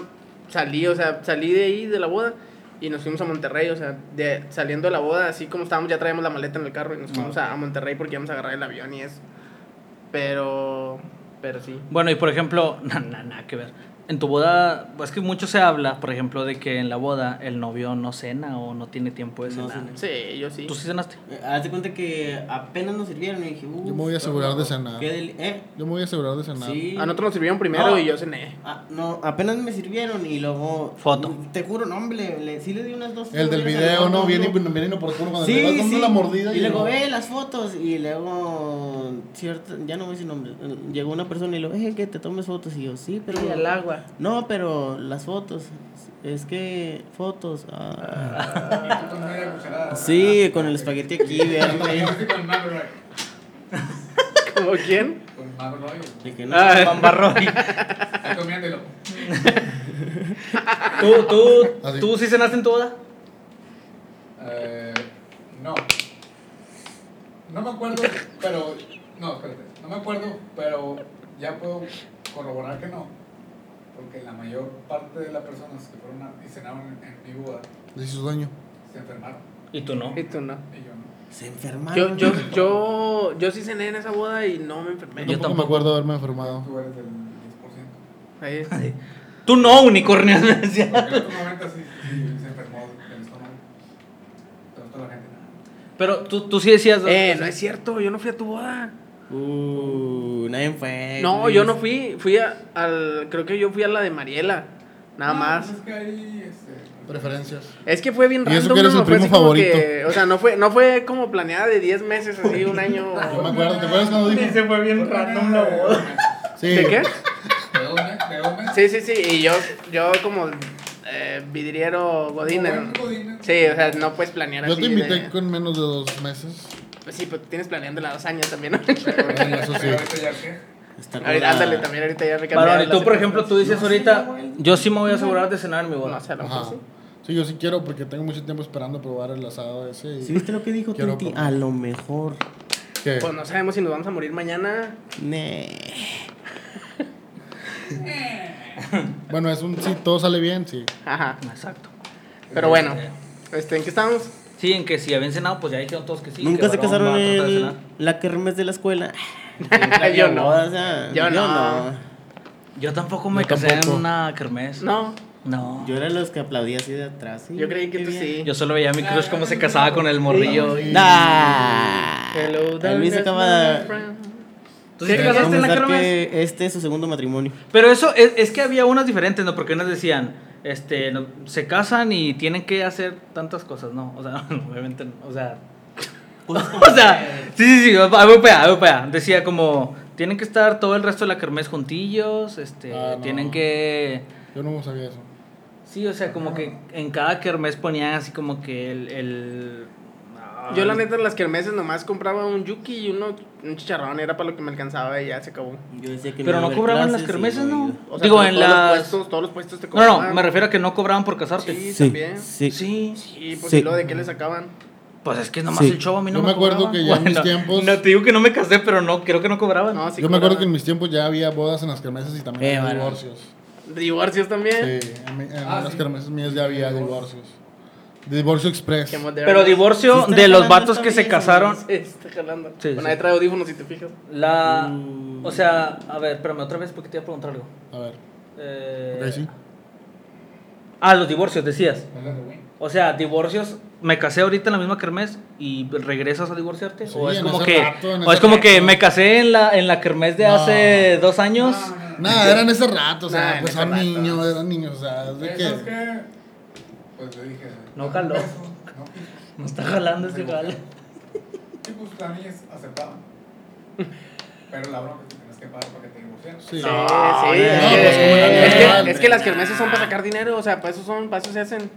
salí, o sea, salí de ahí, de la boda, y nos fuimos a Monterrey, o sea, de, saliendo de la boda, así como estábamos, ya traíamos la maleta en el carro y nos fuimos a, a Monterrey porque íbamos a agarrar el avión y eso. Pero, pero sí. Bueno, y por ejemplo, nada na, na, que ver. En tu boda, es que mucho se habla, por ejemplo, de que en la boda el novio no cena o no tiene tiempo de No cenar. cena. Sí, yo sí. ¿Tú sí cenaste? Eh, Haz de cuenta que apenas nos sirvieron y dije, uh. Yo me voy a asegurar de cenar. qué deli- ¿Eh? Yo me voy a asegurar de cenar. Sí. A nosotros nos sirvieron primero No. y yo cené. Ah, no, apenas me sirvieron y luego. Foto. Te juro, no, hombre, le, sí le di unas dos. El del tres video, al ¿no? gordo. Bien, in- bien inoportuno cuando le vas Sí, dando sí. la mordida. y luego no. ve las fotos y luego. Cierto, ya no voy sin nombre. eh, Llegó una persona y le dije que te tomes fotos. Y yo, sí, pero. agua. No, pero las fotos. Es que. Fotos. ah". Y tú con media cucharada. Sí, con el espagueti aquí, verde. Yo fui Con el mal rollo. ¿Como quién? Con el mal rollo. Dije, no. Ah, Bambarroy. Está comiéndolo. ¿Tú, tú, Así. ¿Tú Ah, sí cenaste en tu boda? Eh, no. No me acuerdo, pero. No, espérate. No me acuerdo, pero ya puedo corroborar que no. Porque la mayor parte de las personas que fueron a, y cenaron en, en mi boda Le hizo daño. se enfermaron. Y tú no. Y tú no. Y yo Ah, no. Se enfermaron. Yo, yo, yo, yo sí cené en esa boda y no me enfermé. Yo Yo tampoco me tampoco. acuerdo de haberme enfermado. Tú eres del 10%. Ahí. Tú no, unicornio. me decía. Porque en otros momentos sí, sí, se enfermó del estómago. Pero toda la gente nada. Pero tú, tú sí decías. Eh, no es cierto, yo no fui a tu boda. Uh, nadie Eh, fue. No, Luis. yo no fui, fui a- al, creo que yo fui a la de Mariela, nada más. Es que ahí, este, Preferencias. Es que fue bien Y eso random. que eres ¿no? el Fue primo así como que- favorito. o sea, no fue, no fue como planeada de 10 meses, así, un año. Yo me acuerdo, ¿te acuerdas cuando Sí, dije? se fue bien random la boda. Sí. ¿De qué? ¿De dónde? ¿De Sí, dónde? sí, sí, y yo, yo como eh, vidriero Godín. Como ¿no? buen godín. Sí, o sea, no puedes planear Yo así. te invité de- con menos de dos meses. Pues sí, pero tú tienes planeando la dos años también, ¿no? Pero eso sí. ahorita ya qué. Está con Ahorita, la- ándale, también ahorita ya me Varón, cambiaron y las tú, por ejemplo, tú dices No, sí, ahorita, güey. yo sí me voy a asegurar de cenar en mi circunstancias. No boda. sé, a lo mejor Ajá. sí. Sí, yo sí quiero porque tengo mucho tiempo esperando probar el asado ese. Y... ¿Sí viste lo que dijo Quiero Tuti? comer. A lo mejor. ¿Qué? Pues no sabemos si nos vamos a morir mañana. Ne. Bueno, es un sí, todo sale bien, sí. Ajá. Exacto. Pero bueno, este, ¿en qué estamos? Sí, en que si habían cenado, pues ya dijeron todos que sí. que Nunca se varón va casaron a tratar de en cenar. la que remes de la escuela. Yo no. O sea, Yo no. Yo tampoco me Yo casé tampoco. en una kermés. No, No. Yo era de los que aplaudía así de atrás. sí, yo creí que qué tú bien. Eh, sí. Yo solo veía a mi crush cómo se casaba con el morrillo. Sí. Nah. Hello, El Luis darkness, acaba my de friend. ¿Tú sí te Sí, casaste en la confesar kermés? que este es su segundo matrimonio. Pero eso, es, es que había unas diferentes, ¿no? Porque unas decían, este, no, se casan y tienen que hacer tantas cosas, ¿no? O sea, obviamente, no, o sea... Pues o sea, sí, sí, sí, ahí voy para allá, ahí voy para allá. Decía como, tienen que estar todo el resto de la kermés juntillos, este, Ah, no. tienen que... Yo no sabía eso. Sí, o sea, como que en cada kermés ponían así como que el... el Yo la neta en las kermeses nomás compraba un yuki y uno, un chicharrón, era para lo que me alcanzaba y ya se acabó. Yo decía que Pero iba a no haber cobraban las clases y kermeses, ¿no? no iba. O sea, Digo, todos- en todos las... Los puestos, todos los puestos te No, cobraban. no, me refiero a que no cobraban por casarte. Sí, Sí, también. sí. Sí. Sí, pues Sí. y luego de qué le sacaban. Pues es que nomás Sí. el show a mí no Yo me acuerdo cobraba. que ya en mis tiempos- No, te digo que no me casé, pero no, creo que no cobraban. No, sí yo me acuerdo que en cobraban. mis tiempos ya había bodas en las kermeses y también Eh, había bueno. divorcios. Divorcios también. Sí, en, mi- en Ah, las sí. kermeses mías ya había divorcios. Divorcio express. Qué moderno. pero divorcio Sí, está de los jalando vatos esta que se belleza, casaron. Sí, está Este, jalando. Sí, bueno, sí. ahí trae audífonos si te fijas. La. O sea, a ver, espérame otra vez porque te iba a preguntar algo. A ver, Eh, ok, sí. Ah, los divorcios, decías. Hola, güey. O sea, divorcios. Me casé ahorita en la misma kermés y regresas a divorciarte. Sí, o es en como ese que. rato, en o es ese como que rato. me casé en la, en la kermés de No. hace dos años. Nada, eran ese rato, o sea, Nah, en pues ese son rato. niños, eran niños, o sea, de Eso es que... que. Pues le dije. No caló. un beso, No quiso. Me está jalando ese jale. Sí, pues para mí es aceptable. Pero la bronca es que tienes que pagar para que te divorciaran. Sí. Sí, sí. no, es, que, pues, ¿cómo era es que- normal? es que las kermeses son para sacar dinero, o sea, para eso son, para eso se hacen.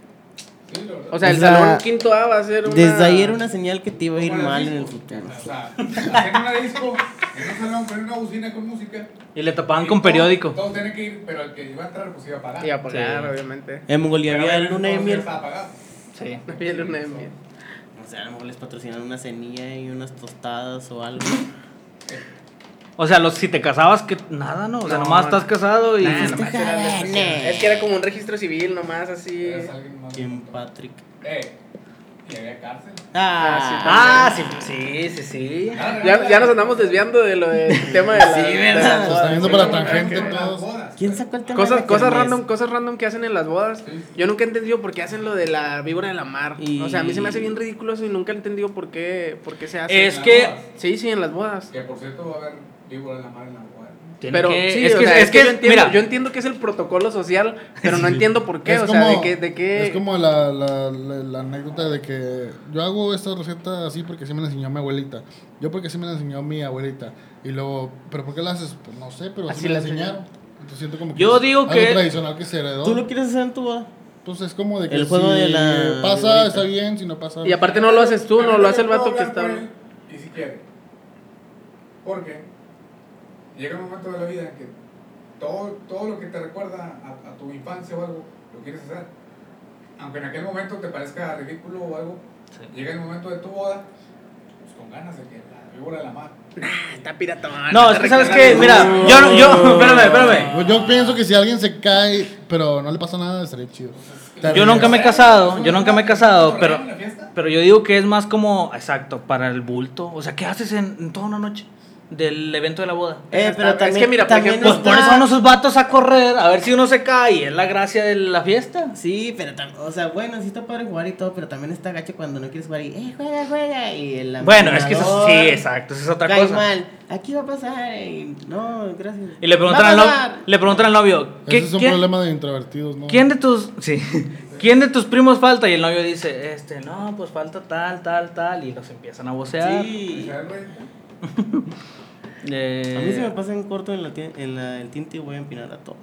Sí, la verdad. O sea, el O sea, salón quinto A va a ser una... Desde ahí era una señal que te iba a ir Como las mal en el discos. futuro. O sea, hacer una disco, en un salón, poner una bocina con música. Y le tapaban con Y todos- periódico. Todos tienen que ir, pero el que iba a entrar, pues iba a pagar. Y a pagar, Sí. obviamente. En Mongolia Pero había él luna de entonces miel. estaba pagado. Sí. Había luna de miel. O sea, a lo mejor les patrocinan una cenilla y unas tostadas o algo. O sea, los, si te casabas, que nada, ¿no? O sea, No. nomás estás casado y. Nah, nomás Festejar, era el- nah. pues, Es que era como un registro civil nomás, así. Eres alguien más. Kim Patrick. Eh, y había cárcel. Ah, Ah, sí, sí, sí, sí. Ya, ya nos andamos desviando de lo del tema de la... Sí, ¿verdad? de las Se está Se bodas. viendo Sí, para como la eran tangente que eran las todos. bodas. ¿Quién sacó el tema? de Cosas, la cosas kermés? random, cosas random que hacen en las bodas. Sí. Yo nunca he entendido por qué hacen lo de la víbora de la mar. O sea, a mí se me hace bien ridículo eso y nunca he entendido por qué, por qué se hace. Es que. Sí, sí, en las bodas. Que por cierto va a haber víbora en la mar en la boda. tiene Pero que- sí, es o que, sea, es que, yo entiendo, mira, yo entiendo que es el protocolo social, pero no entiendo por qué, Es o sea, de qué, de qué. es como la, la, la, la anécdota de que yo hago esta receta así porque sí me la enseñó mi abuelita. Yo porque sí me la enseñó mi abuelita. Y luego, ¿pero por qué la haces? Pues no sé, pero Así así me la la enseñaron. Entonces siento como que Yo es digo algo que- tradicional que se heredó. ¿Tú lo quieres hacer en tu boda? Pues es como de que El juego si de la pasa, abuelita. está bien, si no pasa... Y aparte no lo haces tú, Pero no lo hace el puedo vato que hablar por está. él, Y si quiere. Porque llega un momento de la vida en que todo, todo lo que te recuerda a, a tu infancia o algo, lo quieres hacer. Aunque en aquel momento te parezca ridículo o algo, llega el momento de tu boda, pues con ganas de que la víbora de la mar. Está piratón. No, es que sabes que, mira, yo, no- yo, espérame, espérame. Pues Yo pienso que si alguien se cae, pero no le pasa nada, estaría chido. Yo nunca me he casado, yo nunca me he casado, pero, ¿En la fiesta? pero yo digo que es más como, exacto, para el bulto. O sea, ¿qué haces en, en toda una noche? del evento de la boda. Eh, pero Está- es también. que mira, por también ejemplo, Los Pues está- pones a unos sus vatos a correr, a ver si uno se cae, y es la gracia de la fiesta. Sí, pero también. O sea, bueno, sí está padre jugar y todo, pero también está gacho cuando no quieres jugar y. ¡Eh, juega, juega! Y el. Bueno, es que eso, sí, entrenador exacto, eso es otra cae cosa. mal. Aquí va a pasar. y- no, gracias. Y le preguntan, Va a al pasar. novio, le preguntan al novio, ¿qué- Ese es un quién, problema de introvertidos, ¿no? quién de tus, sí, ¿quién de tus primos falta? Y el novio dice, este, no, pues falta tal, tal, tal, y los empiezan a vocear. Pues, Sí. Eh, A mí se me pasa en corto en, la, tien- en la- el tinte y voy a empinar a todos.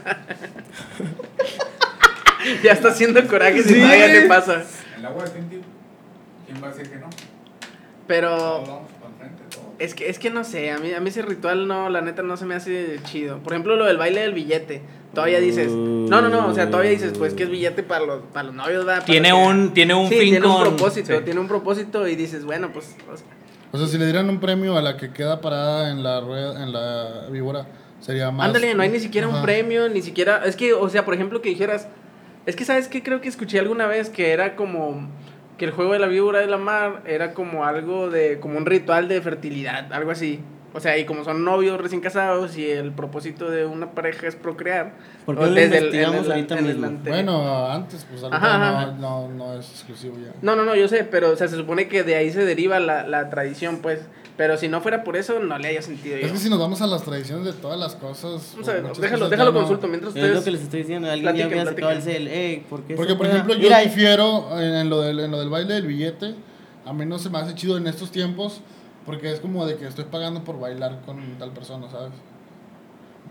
Ya está haciendo coraje si todavía le pasa. El agua de Tinti, ¿quién va a decir que no? Pero Todos vamos para enfrente, todos. es que, es que no sé, a mí, a mí ese ritual no, la neta no se me hace chido. Por ejemplo, lo del baile del billete. Todavía dices, no, no, no, o sea, todavía dices, pues que es billete para los, para los novios, ¿verdad? Para tiene los que- un, tiene un Sí, fin tiene un con- propósito, sí. tiene un propósito y dices, bueno, pues, o sea, O sea, si le dieran un premio a la que queda parada en la rueda, en la víbora, sería más. Ándale, no hay ni siquiera un Ajá. premio, ni siquiera. Es que, o sea, por ejemplo, que dijeras. Es que, ¿sabes qué? Creo que escuché alguna vez que era como. Que el juego de la víbora de la mar era como algo de. Como un ritual de fertilidad, algo así. O sea, y como son novios recién casados y el propósito de una pareja es procrear. ¿Por o qué no lo desde el- investigamos en el- ahorita en el mismo? ante- Bueno, antes, pues ahorita Ajá, ajá. No, no, no es exclusivo ya. No, no, no, yo sé, pero o sea, se supone que de ahí se deriva la, la tradición, pues. Pero si no fuera por eso, no le haya sentido yo. Es que si nos vamos a las tradiciones de todas las cosas. Vamos a ver, muchas déjalo, cosas déjalo ya no- consulto mientras Es lo ustedes. que les estoy diciendo. Alguien ya Platiquen, había sacado el platiquen. cel. Ey, ¿por qué Porque, se por juega? ejemplo, yo Mira, difiero en, en lo del, en lo del baile del billete. A mí no se me hace chido en estos tiempos. Porque es como de que estoy pagando por bailar con tal persona, ¿sabes?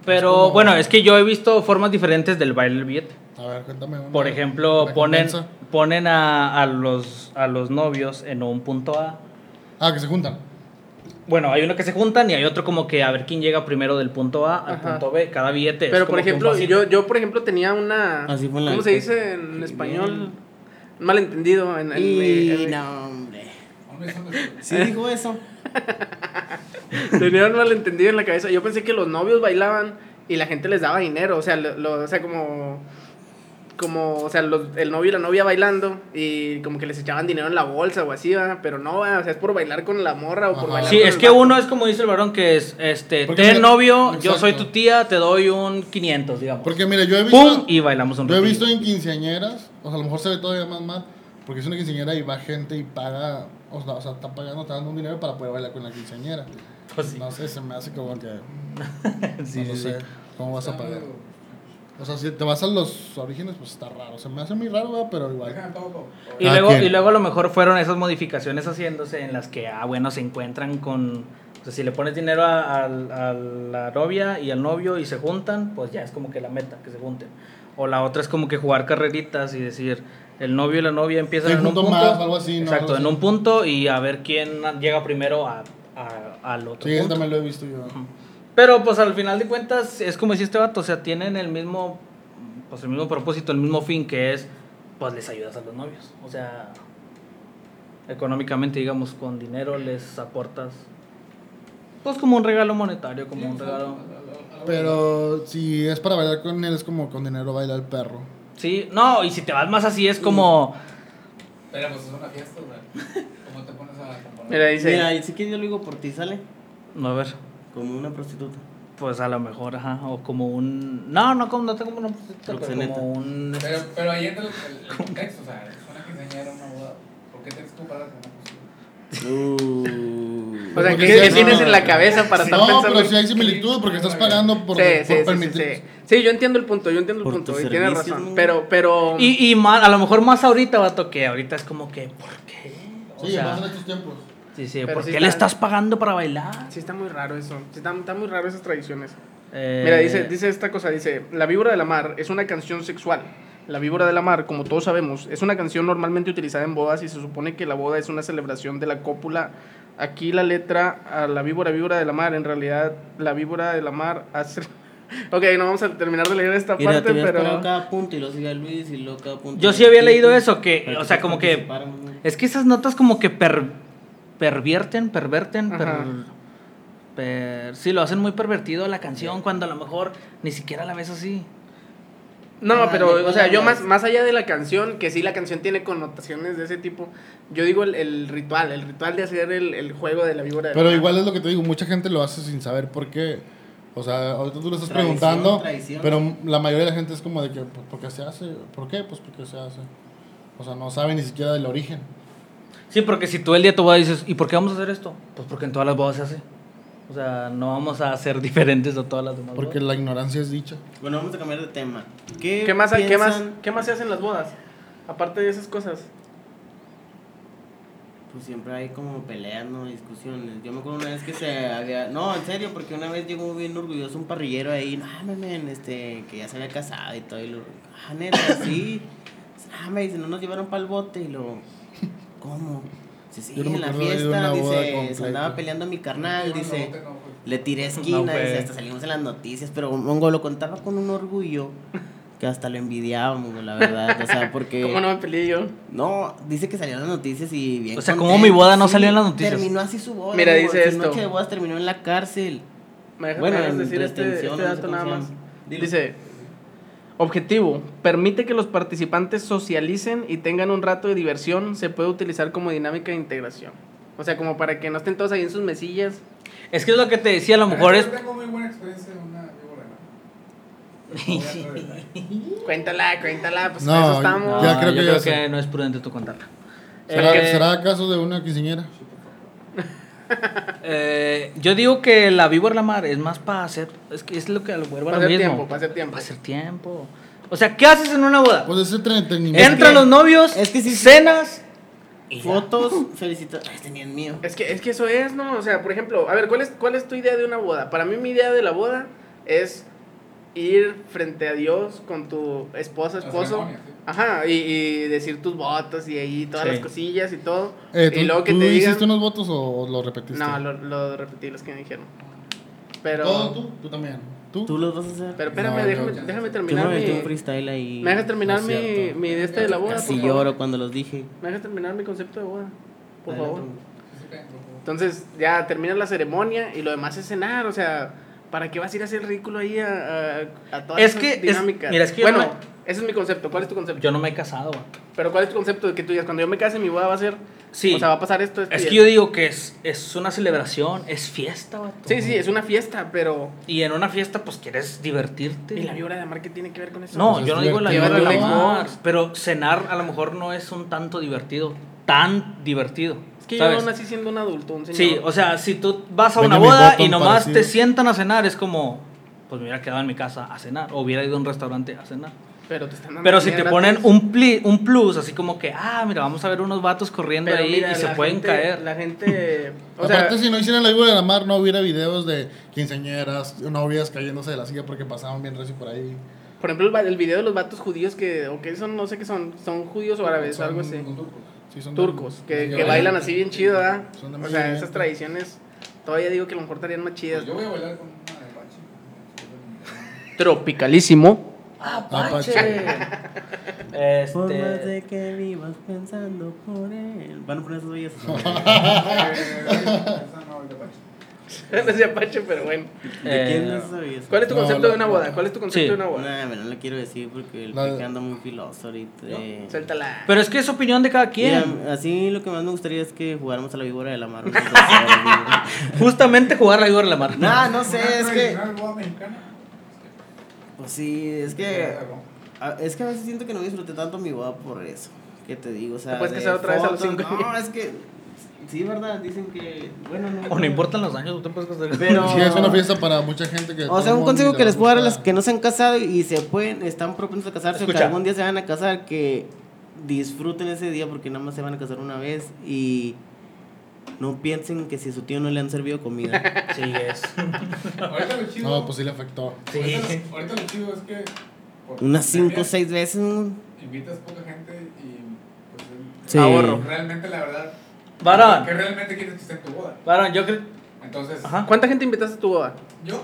Pero Es como- bueno, es que yo he visto formas diferentes del baile del billete. A ver, cuéntame una. Por ejemplo, Una ponen, convenza. ponen a, a los, a los novios en un punto A. Ah, que se juntan. Bueno, hay uno que se juntan y hay otro como que a ver quién llega primero del punto A al Ajá. punto B. Cada billete. es Pero como por que un ejemplo, pasito. yo, yo por ejemplo tenía una Así fue en la ¿Cómo se época. dice en Sí, español? bien. Un Malentendido en, en- Y en- no, hombre. Aún eso no es- ¿Eh? Sí dijo eso. tenía un malentendido en la cabeza. Yo pensé que los novios bailaban y la gente les daba dinero, o sea, lo- lo- o sea como como, o sea, los- el novio y la novia bailando y como que les echaban dinero en la bolsa o así, ¿verdad? pero no, ¿verdad? o sea, es por bailar con la morra o por Ajá. bailar Sí, con es el que vato. uno es como dice el varón que es, este, Porque ten mira- novio, yo exacto. soy tu tía, te doy un 500, digamos. Porque mira, yo he visto. ¡Pum! Y bailamos un Yo he ratillo. visto en quinceañeras, o sea, a lo mejor se ve todavía más mal, porque es una quinceañera y va gente y paga, o sea, o sea, está pagando, está dando un dinero para poder bailar con la quinceañera. Pues sí. No sé, se me hace como que, Sí, no sí, sé, sí. cómo vas a Está pagar. medio- O sea, si te vas a los orígenes, pues está raro. Se me hace muy raro, ¿verdad? pero igual. Dejan todo, todo. Y Cada luego, quien. y luego a lo mejor fueron esas modificaciones haciéndose en las que, ah, bueno, se encuentran con... O sea, si le pones dinero a, al- a la novia y al novio y se juntan, pues ya es como que la meta, que se junten. O la otra es como que jugar carreritas y decir, el novio y la novia empiezan Sí, en un junto punto. más, algo así, ¿no? Exacto, Algo en así. un punto y a ver quién llega primero a- a- al otro Sí, eso punto. también lo he visto yo. Pero pues al final de cuentas es como decía este vato, o sea, tienen el mismo pues el mismo propósito, el mismo fin que es pues les ayudas a los novios, o sea, económicamente digamos con dinero les aportas pues como un regalo monetario, como pues, un regalo. Pero si es para bailar con él, es como con dinero baila el perro. Sí, no, y si te vas más así es como Pero pues es una fiesta, güey. ¿Cómo te pones a comparar? Mira, dice, Mira, y sí que yo lo digo por ti, sale. no a ver, Como una prostituta. pues a lo mejor, ajá, o como un no, no como no tengo como una pero Proxeneta. como un Pero, pero ahí entra el, el- el contexto, o sea, es una quinceañera, una boda. ¿Por qué tienes que comparar con una prostituta? o sea, Porque ¿qué, sí, qué no. tienes en la cabeza para estar No, pensando pero en- sí hay similitud porque estás pagando por, Sí, sí, por sí, sí, permitir. sí. Sí, yo entiendo el punto, yo entiendo el Por punto tus y tienes servicios, razón, ¿no? pero pero y, y más, a lo mejor más ahorita, vato, que ahorita es como que, ¿por qué? O Sí, sea, más en estos tiempos. Sí, sí, Pero ¿por sí qué le está- estás pagando para bailar? Sí, está muy raro eso. Sí, está, está muy raro esas tradiciones. Eh, Mira, dice, dice esta cosa, dice, La víbora de la mar es una canción sexual. La víbora de la mar, como todos sabemos, es una canción normalmente utilizada en bodas y se supone que la boda es una celebración de la cópula. Aquí la letra a la víbora, víbora de la mar, en realidad la víbora de la mar hace... Ok, no vamos a terminar de leer esta Mira, te parte, hubieras parado pero... cada punto y lo sigue Luis y luego cada punto. Yo y sí había Titi, leído eso, que, para o sea, como que- participaran, güey. Es que esas notas como que per- pervierten, perverten, per- Ajá. per- sí, lo hacen muy pervertido a la canción cuando a lo mejor ni siquiera la ves así. No, Ah, pero, no, o sea, no, yo no. más, más allá de la canción, que sí la canción tiene connotaciones de ese tipo, yo digo el, el ritual, el ritual de hacer el, el juego de la víbora. del Pero mar. igual es lo que te digo, mucha gente lo hace sin saber por qué. O sea, ahorita tú lo estás Traición, preguntando, traición. pero la mayoría de la gente es como de que, pues, ¿por qué se hace? ¿Por qué? Pues porque se hace. O sea, no sabe ni siquiera del origen. Sí, porque si tú el día de tu boda dices, ¿y por qué vamos a hacer esto? Pues porque en todas las bodas se hace. O sea, no vamos a ser diferentes a todas las demás. Porque bodas. la ignorancia es dicha. Bueno, vamos a cambiar de tema. ¿Qué, ¿Qué más, ¿qué, más, piensan? ¿Qué más se hacen las bodas? Aparte de esas cosas. Pues siempre hay como peleas, ¿no? Discusiones. Yo me acuerdo una vez que se había... No, en serio, porque una vez llegó bien orgulloso un parrillero ahí. No, mamen, este, que ya se había casado y todo. Y lo... Ah, neta, sí. Ah, me dice, no nos llevaron para el bote. Y luego, ¿cómo? Dice, sí, Yo no me en la acuerdo de fiesta, una boda dice, se completa. andaba peleando mi Ah, carnal, No, dice... no, pues. no, güey. Le tiré esquina, No, dice, güey. hasta salimos en las noticias, pero Mongo lo contaba con un orgullo que hasta lo envidiaba, Mongo, la verdad. O sea, porque. ¿Cómo no me peleé yo? No, dice que salieron las noticias y bien. O sea, contento. ¿cómo mi boda no salió en las noticias? Terminó así su boda. Mira, Mongo, dice su esto. noche de bodas terminó en la cárcel. ¿Me dejas, Bueno, me dejas en decir este, este retención, no sé dato cómo nada se llama. más? Dilo. Dice, objetivo, permite que los participantes socialicen y tengan un rato de diversión, se puede utilizar como dinámica de integración. O sea, como para que no estén todos ahí en sus mesillas. Es que es lo que te decía, a lo mejor es... Yo tengo muy buena experiencia en una víbora. ¿no? Cuéntala, cuéntala, pues No, para eso No, estamos. Ya creo yo que creo ya sé. que no es prudente tú contarla. ¿Será, Eh, será acaso de una quinceañera? Eh, yo digo que la víbora la mar es más para hacer. Es que es lo que lo vuelvo a Para lo hacer mismo. tiempo, para hacer tiempo. Para hacer tiempo. O sea, ¿qué haces en una boda? Pues es entretenimiento. Entran los novios, es que sí- cenas. Fotos, felicitaciones. Tenían mío. Es que, es que eso es, ¿no? O sea, por ejemplo, a ver, ¿cuál es, ¿cuál es tu idea de una boda? Para mí mi idea de la boda es ir frente a Dios con tu esposa, La esposo. ceremonia, sí. Ajá, y, y decir tus votos y ahí todas Sí. las cosillas y todo. Eh, ¿tú, y luego que tú te hiciste digan... unos votos o lo repetiste? No, lo, lo repetí los que me dijeron. Pero... ¿Todo tú? ¿Tú también? ¿Tú? ¿Tú los vas a hacer? Pero espérame, No, déjame, yo- déjame Tú me terminar metí un mi... freestyle ahí. ¿Me dejas terminar No es mi, cierto. mi de este de la boda? por Casi favor? lloro cuando los dije. ¿Me dejas terminar mi concepto de boda? Por Adelante, favor. Mongo. pues, Entonces ya termina la ceremonia y lo demás es cenar, o sea, ¿para qué vas a ir a hacer ridículo ahí a, a, a todas Es esas que es- dinámicas? mira, es que yo bueno, no me- ese es mi concepto, ¿cuál es tu concepto? Yo no me he casado. güey. Pero ¿cuál es tu concepto de que tú digas, cuando yo me case mi boda va a ser, Sí. o sea, va a pasar esto, esto Es y que yo esto"? digo que es, es una celebración, es fiesta, vato. Sí, sí, es una fiesta, pero... Y en una fiesta, pues quieres divertirte. ¿Y la vibra de mar qué tiene que ver con eso? No, Pues es yo no digo la divertido. vibra de la Llevar un mar, Xbox. Pero cenar a lo mejor no es un tanto divertido. Tan divertido. Es que ¿sabes? yo nací siendo un adulto, un señor. Sí, o sea, si tú vas a una Benjamin boda Button y nomás parecido. te sientan a cenar, es como, pues me hubiera quedado en mi casa a cenar, o hubiera ido a un restaurante a cenar. Pero te están dando Pero si comida te Ah, gratis. ponen un, pli- un plus, así como que, ah, mira, vamos a ver unos vatos corriendo Pero ahí mira, y se la pueden gente- caer. La gente... O sea, Aparte, si no hicieran la víbora de la mar, no hubiera videos de quinceañeras, novias cayéndose de la silla porque pasaban bien recio por ahí. por ejemplo, el, va- el video de los vatos judíos que... O que son, no sé qué son, son judíos o árabes o Son algo así. turcos. Sí, son de- turcos que, de- que bailan así bien chido, ¿verdad? Son de O sea, mayoría. esas tradiciones todavía digo que a lo mejor estarían más chidas. Pues yo voy a bailar con una de Pachi. Tropicalísimo. Apache. Formas de Este, que vivas pensando por él. Van a poner esas bellas. Eh, esa no, de Pachi. Decía Pache, pero bueno. ¿De quién Eh, es esa belleza? ¿Cuál es tu No, concepto la- de una boda? ¿Cuál es tu concepto Sí. de una boda? No, no le quiero decir porque el La- pique anda muy filoso ahorita. Eh, Suéltala. pero es que es opinión de cada quien. Mira, así lo que más me gustaría es que jugáramos a la víbora de la mar. unas dos horas, Justamente jugar la vibra de la mar. güey. no, no sé, Una es que. tradicional boda mexicana. Eh, Pues sí, es que. a- Es que a veces siento que no disfruté tanto mi boda por eso. ¿Qué te digo? O sea, Te puedes de casar otra vez a los fotos, cinco No, años. es que. Sí, verdad, dicen que. Bueno, no. O no importan los años, tú te puedes casar. Pero- Sí, es una fiesta para mucha gente que. todo O sea, el un mundo consejo le que les puedo dar a gusta. las que no se han casado y se pueden, están propensos a casarse o que Escucha. algún día se van a casar, que disfruten ese día porque nada más se van a casar una vez y no piensen que si a su tío no le han servido comida. Sí, es. Ahorita lo chido. No, pues sí le afectó. ahorita, lo, ahorita lo chido es que. por Unas cinco o pandemia, seis veces. ¿no? Invitas poca gente y. Pues, Sí. Ahorro. Realmente, la verdad. Varón, Que realmente quieres que esté en tu boda. varón, yo creo. Entonces. Ajá. ¿Cuánta gente invitaste a tu boda? Yo.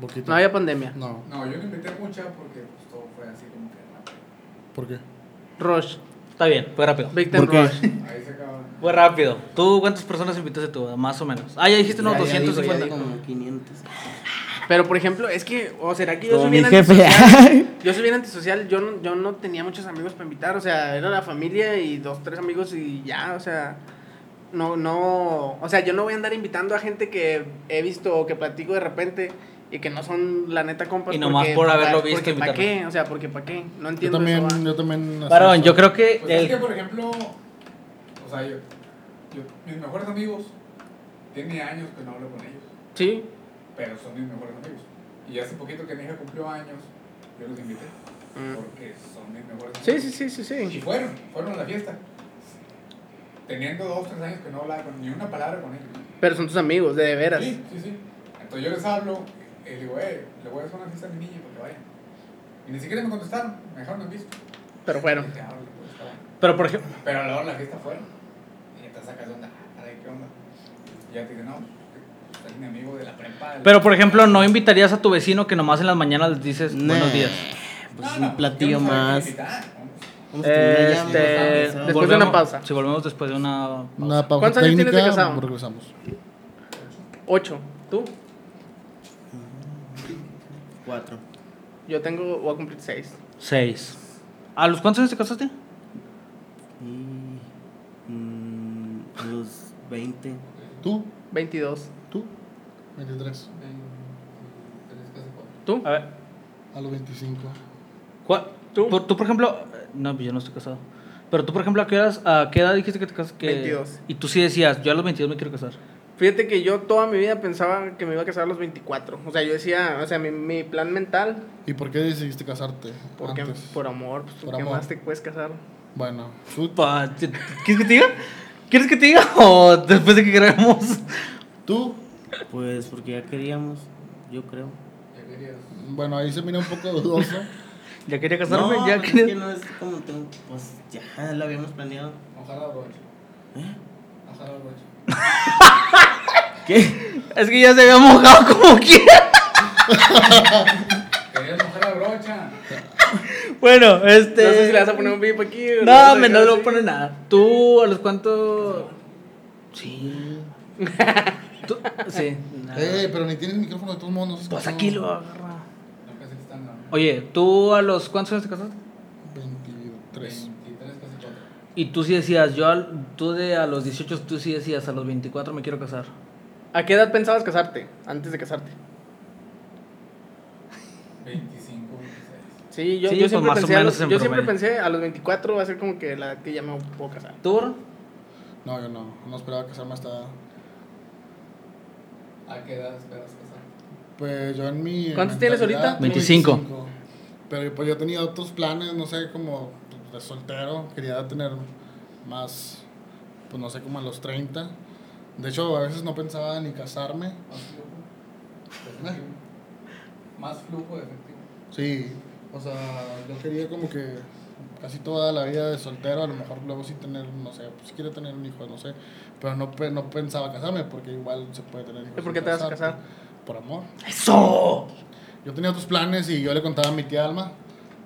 Poquito. No había pandemia. No, No, yo no invité mucha porque pues, todo fue así como que rápido. ¿por qué? Rush. Está bien, fue rápido. Big Time ¿Por qué? Rush. Ahí se acaba. Fue rápido. ¿Tú cuántas personas invitaste tú? Más o menos. Ah, ya dijiste unos Ya- ya dijo, ya 250. dijo como 500. Pero por ejemplo, es que, o será que yo Como soy mi bien jefe. antisocial. yo soy bien antisocial, yo no, yo no tenía muchos amigos para invitar, o sea, era la familia y dos, tres amigos y ya, o sea, no, no, o sea, yo no voy a andar invitando a gente que he visto o que platico de repente y que no son la neta compas. Y nomás porque por pa- haberlo visto, Porque para invitarlo. qué, o sea, porque para qué, no Yo entiendo también, eso. va. yo también. Varón, yo creo que. Pues es que, El... por ejemplo, o sea, yo, yo- mis mejores amigos, tiene años que no hablo con ellos, Sí, pero son mis mejores amigos. Y hace poquito que mi hija cumplió años, yo los invité, porque son mis mejores amigos. sí, sí, sí, sí, sí. Y fueron, fueron a la fiesta. Teniendo dos, tres años que no hablaba con, ni una palabra con ellos. Pero son tus amigos, de veras. Sí, sí, sí. Entonces yo les hablo y les digo, eh, le voy a hacer una fiesta a mi niña para que vayan. Y ni siquiera me contestaron, me dejaron en visto. Pero fueron. Dije, "Ah, órale, pues, está bueno". Pero por ejemplo. Pero luego en la fiesta fueron. Y ya te sacas de onda, ah, caray, ¿qué onda? Y ya te dicen, no, estás mi amigo de la prepa. del- Pero por ejemplo, no invitarías a tu vecino que nomás en las mañanas les dices buenos Nah, días. Pues No, no, un platillo yo no sabía más. quién invitar, ¿no? Vamos a tener una llama, Este, vamos a- después de una pausa. Si volvemos después de una. Una pausa ¿Cuántos años tienes de técnica, casado? Regresamos. Ocho. ¿Tú? Cuatro. Yo tengo, voy a cumplir seis. Seis. ¿A los cuántos años te casaste? Y. mm, a los 20. ¿Tú? Veintidós. ¿Tú? 23. ¿Tú? A ver. A los 25. ¿cuál- ¿Tú? Por, tú, por ejemplo. eh, No, pues yo no estoy casado. Pero tú, por ejemplo, ¿a qué, edad, a qué edad dijiste que te casaste? Que- 22. Y tú sí decías, yo a los 22 me quiero casar. Fíjate que yo toda mi vida pensaba que me iba a casar a los 24. O sea, yo decía, o sea, mi, mi plan mental, ¿Y por qué decidiste casarte? porque antes? por amor, pues, Por ¿qué amor. más te puedes casar? Bueno, tú, Pa, ¿te- ¿Quieres que te diga? ¿Quieres que te diga? O después de que grabemos. tú, Pues porque ya queríamos, yo creo. bueno, ahí se mira un poco dudoso. Ya quería casarme, No, ya pues quería. es que no es como tengo. Pues ya lo habíamos planeado. Ojalá broche. Ojalá broche. ¿Qué? Es que ya se había mojado como quiera. Querías mojar la brocha. Bueno, este. No sé si le vas a poner un bip aquí. o le vas No, me no dejar le voy así. a poner nada. ¿Tú a los cuántos? Sí. ¿Tú? Sí. nada. eh, pero ni tienes micrófono de todos modos. no seas Pues casado. aquí lo agarra. No pensé que están grabando. Oye, ¿tú a los cuántos años te casaste? Pues- 23. 23, casi 4. Y tú sí decías, yo al, tú de a los 18, tú sí decías, a los 24 me quiero casar. ¿A qué edad pensabas casarte? Antes de casarte. 25, 26. Sí, yo, Sí, yo pues, siempre, más o pensé a, menos los, en yo siempre promedio. pensé a los 24 va a ser como que la edad que ya me puedo casar. ¿Tú? Ron? No, yo no. No esperaba casarme hasta. ¿A qué edad esperas casar? Pues yo en mi. ¿Cuántos tienes mentalidad, ahorita? 25. Pero pues yo tenía otros planes, no sé, como de soltero. Quería tener más. Pues no sé, como a los 30. De hecho, a veces no pensaba ni casarme. Más flujo. de efectivo. Más flujo de efectivo. Sí, o sea, yo quería como que casi toda la vida de soltero, a lo mejor luego sí tener, no sé, pues quiero tener un hijo, no sé, pero no, pe- no pensaba casarme porque igual se puede tener hijos. ¿Y por sin qué te vas a casarte, casar? Por amor. ¡Eso! Yo tenía otros planes y yo le contaba a mi tía Alma,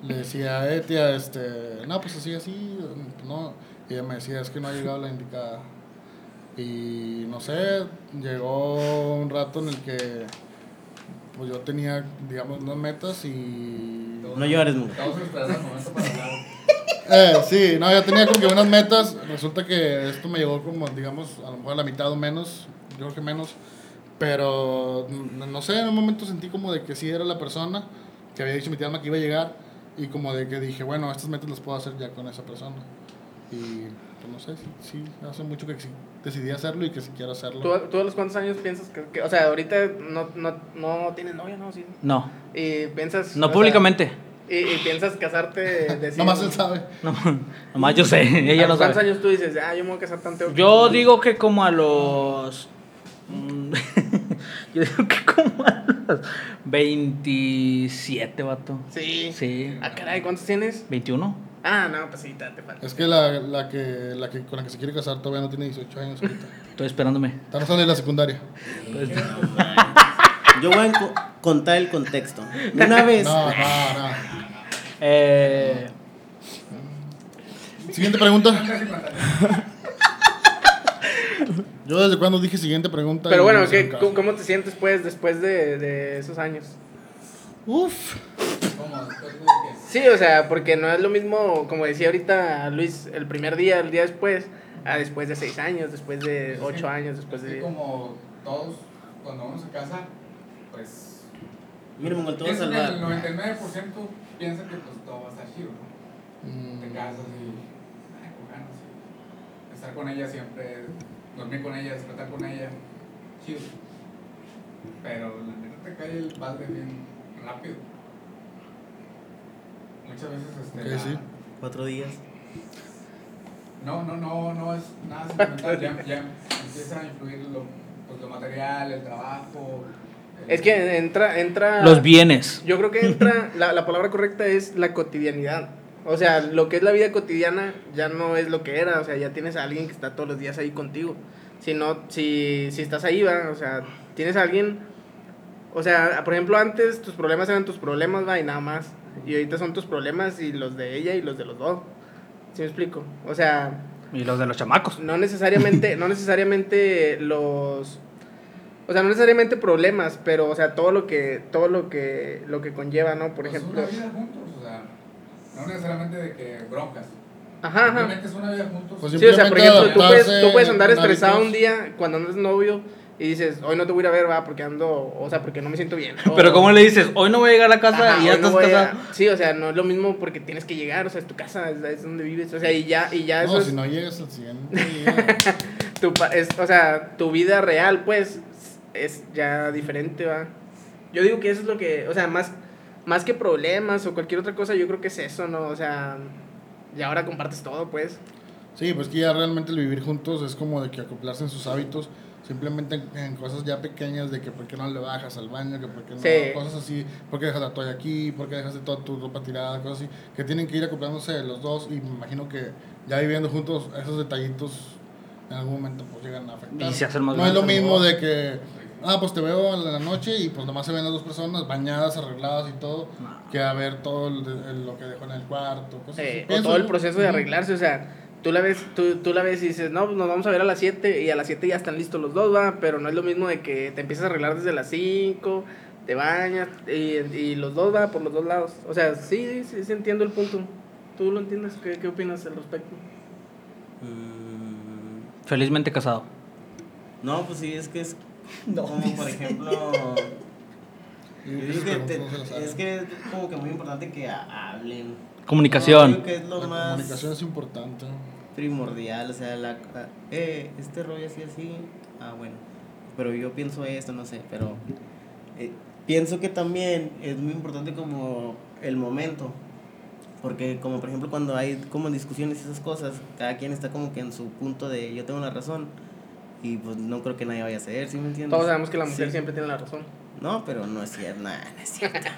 le decía, eh, tía, este, no, pues así, así, no, y ella me decía, es que no ha llegado la indicada. Y no sé, llegó un rato en el que pues yo tenía, digamos, unas metas y No llores, mujer. Todos esperando el momento para hablar. Eh, sí, no, yo tenía como que unas metas. Resulta que esto me llegó como, digamos, a lo mejor a la mitad o menos. Yo creo que menos. Pero n- no sé, en un momento sentí como de que sí era la persona que había dicho mi tía Alma que iba a llegar. Y como de que dije, bueno, estas metas las puedo hacer ya con esa persona. Y pues no sé, sí, sí, hace mucho que sí decidí hacerlo y que si quiero ¿Tú, hacerlo. a- tú a los cuántos años piensas que, que- o sea, ahorita no, no, no tienes novia, ¿no? Sí. No, Y piensas... o no sea, públicamente. y, y piensas casarte... decir- Nomás él sabe. No, nomás yo sé, ella ¿A no los ¿Cuántos sabe. años tú dices, ah, yo me voy a casar tan teo? Yo digo que como a los. mm, Yo digo que como a los 27, vato. Sí. Sí. Ah, caray, ¿cuántos tienes? 21. Ah, no, pues sí, te, te falta. Es que la, la que la que con la que se quiere casar todavía no tiene 18 años ahorita. Estoy esperándome. Está no sale de la secundaria. Yo voy a co- contar el contexto. Una Pues, vez. No, no, no. Eh, Siguiente pregunta. Yo desde cuando dije siguiente pregunta. Pero y bueno, no ¿qué- hicieron caso. ¿cómo, cómo te sientes pues después de, de esos años? Uf. ¿Cómo? Después de que- Sí, o sea, porque no es lo mismo, como decía ahorita Luis, el primer día, el día después, a después de seis años, después de Es que- Eh, ocho años, después es que de... como todos, cuando vamos a casa, pues. Mira, Mongol, te voy a piensan que salvar. El 99% piensa que pues todo va a estar chido, ¿no? Te casas y. Ay, con ganas, y Estar con ella siempre, dormir con ella, despertar con ella, chido. Pero la neta te cae el balde bien rápido. Muchas veces este. Ok, la- sí. Cuatro días. no, no, no, no es nada sentimental. ya, ya empieza a influir lo, pues, lo material, el trabajo. el- Es que entra... entra Los bienes. Yo creo que entra, la, la palabra correcta es la cotidianidad. O sea, lo que es la vida cotidiana ya no es lo que era. O sea, ya tienes a alguien que está todos los días ahí contigo. Si no, si, si estás ahí, va. O sea, tienes a alguien. O sea, por ejemplo, antes tus problemas eran tus problemas, va, y nada más. Y ahorita son tus problemas y los de ella y los de los dos. ¿Sí me explico? O sea, Y los de los chamacos. no necesariamente, no necesariamente los. O sea, no necesariamente problemas, pero, o sea, todo lo que, todo lo que, lo que conlleva, ¿no? Por pues, ejemplo. Es una vida juntos, o sea, no necesariamente de que broncas. Ajá, ajá. Simplemente es una vida juntos. Pues Sí, o sea, por Simplemente ejemplo, tú puedes, adaptarse tú puedes andar con estresado hábitos. un día cuando andas novio y dices, hoy no te voy a ir a ver, va, porque ando, o sea, porque no me siento bien. O- Pero ¿cómo le dices? Hoy no voy a llegar a la casa Ajá, y ya hoy no estás voy a- casado. Sí, o sea, no es lo mismo porque tienes que llegar, o sea, es tu casa, es, es donde vives, o sea, y ya, y ya eso No, es, si no llegas al siguiente día. tu, pa- es, o sea, tu vida real, pues, es ya diferente, va. Yo digo que eso es lo que, o sea, más, más que problemas o cualquier otra cosa, yo creo que es eso, ¿no? O sea, y ahora compartes todo, pues. Sí, pues que ya realmente el vivir juntos es como de que acoplarse en sus hábitos, simplemente en, en cosas ya pequeñas de que por qué no le bajas al baño, que por qué no, Sí. cosas así, por qué dejas la toalla aquí, por qué dejaste toda tu ropa tirada, cosas así, que tienen que ir acoplándose los dos y me imagino que ya viviendo juntos esos detallitos en algún momento pues llegan a afectar. Y se hacen más no es lo grandes, mismo ¿no? de que, ah, pues te veo en la noche y pues nomás se ven las dos personas bañadas, arregladas y todo, que a ver todo el- el- lo que dejó en el cuarto, cosas así. Eh, o Pienso todo el yo. proceso de Ujú. arreglarse, o sea, tú la ves, tú, tú la ves y dices, no, pues nos vamos a ver a las 7 y a las 7 ya están listos los dos, va, pero no es lo mismo de que te empiezas a arreglar desde las 5, te bañas y, y los dos va por los dos lados. O sea, sí, sí, sí entiendo el punto. ¿Tú lo entiendes? ¿Qué, qué opinas al respecto? Mm, Felizmente casado. No, pues sí, es que es como por ejemplo. yo digo que te- es que es como que muy importante que ha- hablen. No, yo Comunicación. creo que es lo la más comunicación es importante. primordial, o sea, la, la- eh, este rollo así, así, ah, bueno, pero yo pienso esto, no sé, pero eh, pienso que también es muy importante como el momento, porque como por ejemplo cuando hay como discusiones y esas cosas, cada quien está como que en su punto de yo tengo la razón y pues no creo que nadie vaya a hacer, ¿sí me entiendes? Todos sabemos que la mujer Sí. siempre tiene la razón. No, pero no es cierto, nada, no es cierto.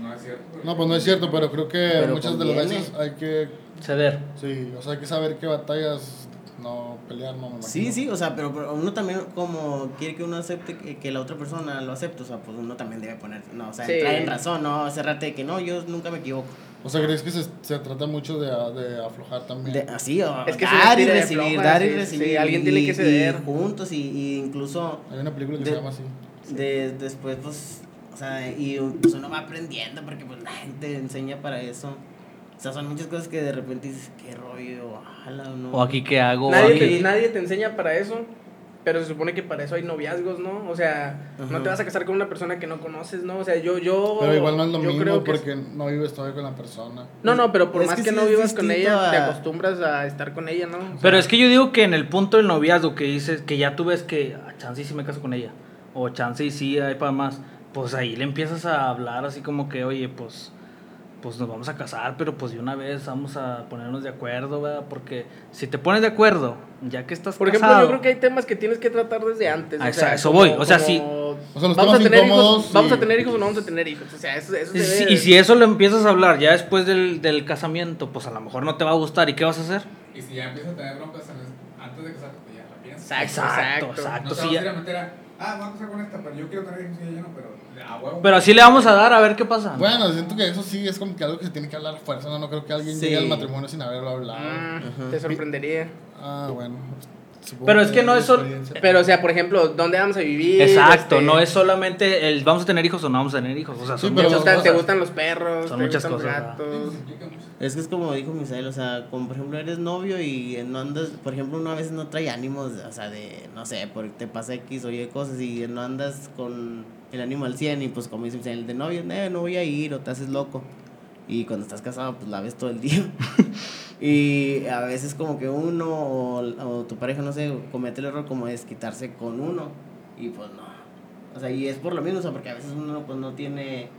No es cierto. porque- No, pues no es cierto, pero creo que Pero muchas de las conviene. veces hay que, Ceder. sí, o sea, hay que saber qué batallas no pelear, no me imagino. Sí, sí, o sea, pero, pero uno también como quiere que uno acepte, que, que la otra persona lo acepte, o sea, pues uno también debe poner, no, o sea, Sí. entrar en razón, no, cerrarte de que no, yo nunca me equivoco. O sea, crees que se, se trata mucho de, de aflojar también. De- así, o Es que es una dar y tira de recibir, afloja, dar y sí, recibir. sí, alguien tiene y- que ceder. y juntos y, y incluso Hay una película que de- se llama así. de, después, pues, o sea, y pues, uno va aprendiendo porque pues la gente enseña para eso. O sea, son muchas cosas que de repente dices, qué rollo, ojalá no. O aquí qué Oh, hago. Nadie aquí- te, nadie te enseña para eso, pero se supone que para eso hay noviazgos, ¿no? O sea, no Ajá. te vas a casar con una persona que no conoces, ¿no? O sea, yo, yo. Pero igual no es lo yo mismo creo que es- porque no vives todavía con la persona. No, no, pero por Es más que, que sí no es vivas con distinto ella, te a- acostumbras a estar con ella, ¿no? O sea, Pero es que yo digo que en el punto del noviazgo que dices, que ya tú ves que a chance y sí me caso con ella, o chance y sí hay para más, pues ahí le empiezas a hablar así como que, oye, pues, pues nos vamos a casar, pero pues de una vez vamos a ponernos de acuerdo, ¿verdad? Porque si te pones de acuerdo, ya que estás Por ejemplo, yo creo que hay temas que tienes que tratar desde antes. Ah, o sea, a eso como- voy, o sea, como- sí. O sea, los vamos a temas tener incómodos, hijos, vamos sí. a tener hijos o no vamos a tener hijos. O sea, eso, eso se Y si, debe- y si eso lo empiezas a hablar ya después del, del casamiento, pues a lo mejor no te va a gustar. ¿Y qué vas a hacer? Y si ya empiezas a tener broncas en el- antes de casarte, pues ya la piensas. Exacto, exacto. exacto, No te sí, vas a ir ya- a meter a, ah, me voy a casar con esta, pero yo quiero tener hijos y ella no, pero a huevo. Pero así le vamos a dar a ver qué pasa. ¿no? Bueno, siento que eso sí es como que algo que se tiene que hablar a fuerza. No, no creo que alguien Sí. Ah. llegue al matrimonio sin haberlo hablado. Mm, te Mm, sorprendería. Ah, bueno. supongo Pero es que no la es sol- experiencia. Pero, o sea, por ejemplo, ¿dónde vamos a vivir? Exacto, Este, no es solamente el vamos a tener hijos o no vamos a tener hijos. O sea, Sí, son pero ¿Te muchas gustan, cosas. pues, te gustan los perros? Son te muchas gustan los cosas, gatos. Es que es como dijo Misael, o sea, como por ejemplo eres novio y eh, no andas, por ejemplo, uno a veces no trae ánimos, o sea, de, no sé, porque te pasa X o Y cosas y no andas con el ánimo al 100 y pues como dice Misael, de novio, "Eh, no voy a ir o te haces loco. Y cuando estás casado, pues la ves todo el día. y a veces como que uno o, o tu pareja, no sé, comete el error como es quitarse con uno y pues no. O sea, y es por lo mismo, o sea, porque a veces uno pues no tiene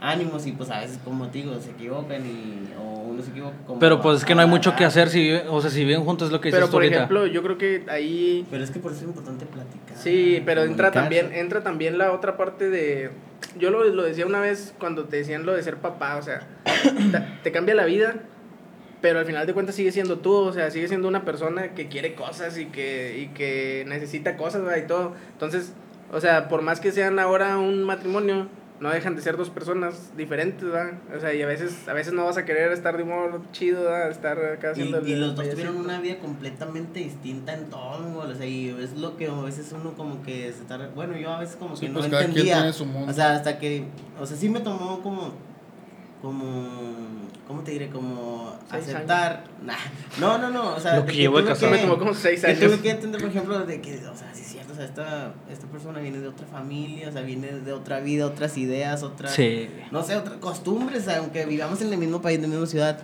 ánimos y pues a veces como te digo se equivocan y o uno se equivoca como Pero pues es que no hay mucho que ah, hacer si viven, o sea, si viven juntos es lo que dices Pero, tú por ahorita. ejemplo, yo creo que ahí pero es que por eso es importante platicar Sí, pero entra comunicarse. también, entra también la otra parte de. Yo lo, lo decía una vez cuando te decían lo de ser papá, o sea, ta- te cambia la vida, pero al final de cuentas sigue siendo tú, o sea, sigue siendo una persona que quiere cosas y que, y que necesita cosas ¿verdad? y todo. Entonces, o sea, por más que sean ahora un matrimonio, no dejan de ser dos personas diferentes, ¿verdad? O sea, y a veces, a veces no vas a querer estar de humor chido, ¿verdad? Estar acá y, haciendo el- y los dos el tuvieron payasito. una vida completamente distinta en todo güey, o sea y es lo que a veces uno como que se tarda bueno yo a veces como Sí, que pues no cada quien entendía tiene su mundo. o sea hasta que o sea sí me tomó como como cómo te diré como Seis aceptar nah, no no no o sea Lo de que llevo de tuve casado. Me tomó como seis Que años. tuve que entender, por ejemplo, de que, o sea, sí es cierto, o sea, esta, esta persona viene de otra familia, o sea, viene de otra vida, otras ideas, otras, Sí. no sé, otras costumbres, o sea, aunque vivamos en el mismo país, en la misma ciudad,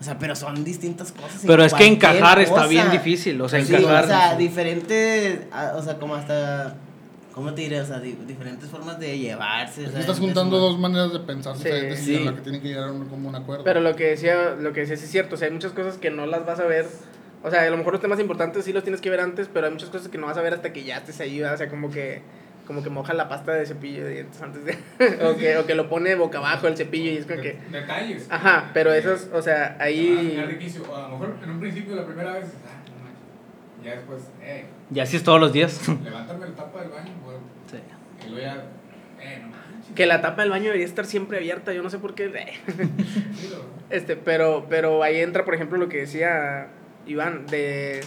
o sea, pero son distintas cosas. en Pero es que cualquier encajar está cosa. bien difícil, o sea, Sí, encajar. o sea, diferentes, ah, o sea, como hasta, ¿cómo te diré? O sea, di- diferentes formas de llevarse. o Es que sea, Pues estás diferentes juntando formas- dos maneras de pensar Sí, diferentes sí. y en la que tienen que llegar a un, como un acuerdo. Pero lo que decía, lo que decía sí es cierto, o sea, hay muchas cosas que no las vas a ver. O sea, a lo mejor los temas importantes sí los tienes que ver antes, pero hay muchas cosas que no vas a ver hasta que ya estés ahí, ¿verdad? o sea, como que como que moja la pasta de cepillo de dientes antes de o que o que lo pone boca abajo el cepillo y es como que Detalles. ajá, pero esas, o sea, Ah, al ahí inicio, o a lo mejor en un principio, la primera vez, ah, no manches. ya después, eh, Y así es todos los días. levántame el tapa del baño, güey. Sí. Y luego ya, eh, no manches. que la tapa del baño debería estar siempre abierta, yo no sé por qué. Sí, lo- Este, pero, pero ahí entra, por ejemplo, lo que decía Iván, de...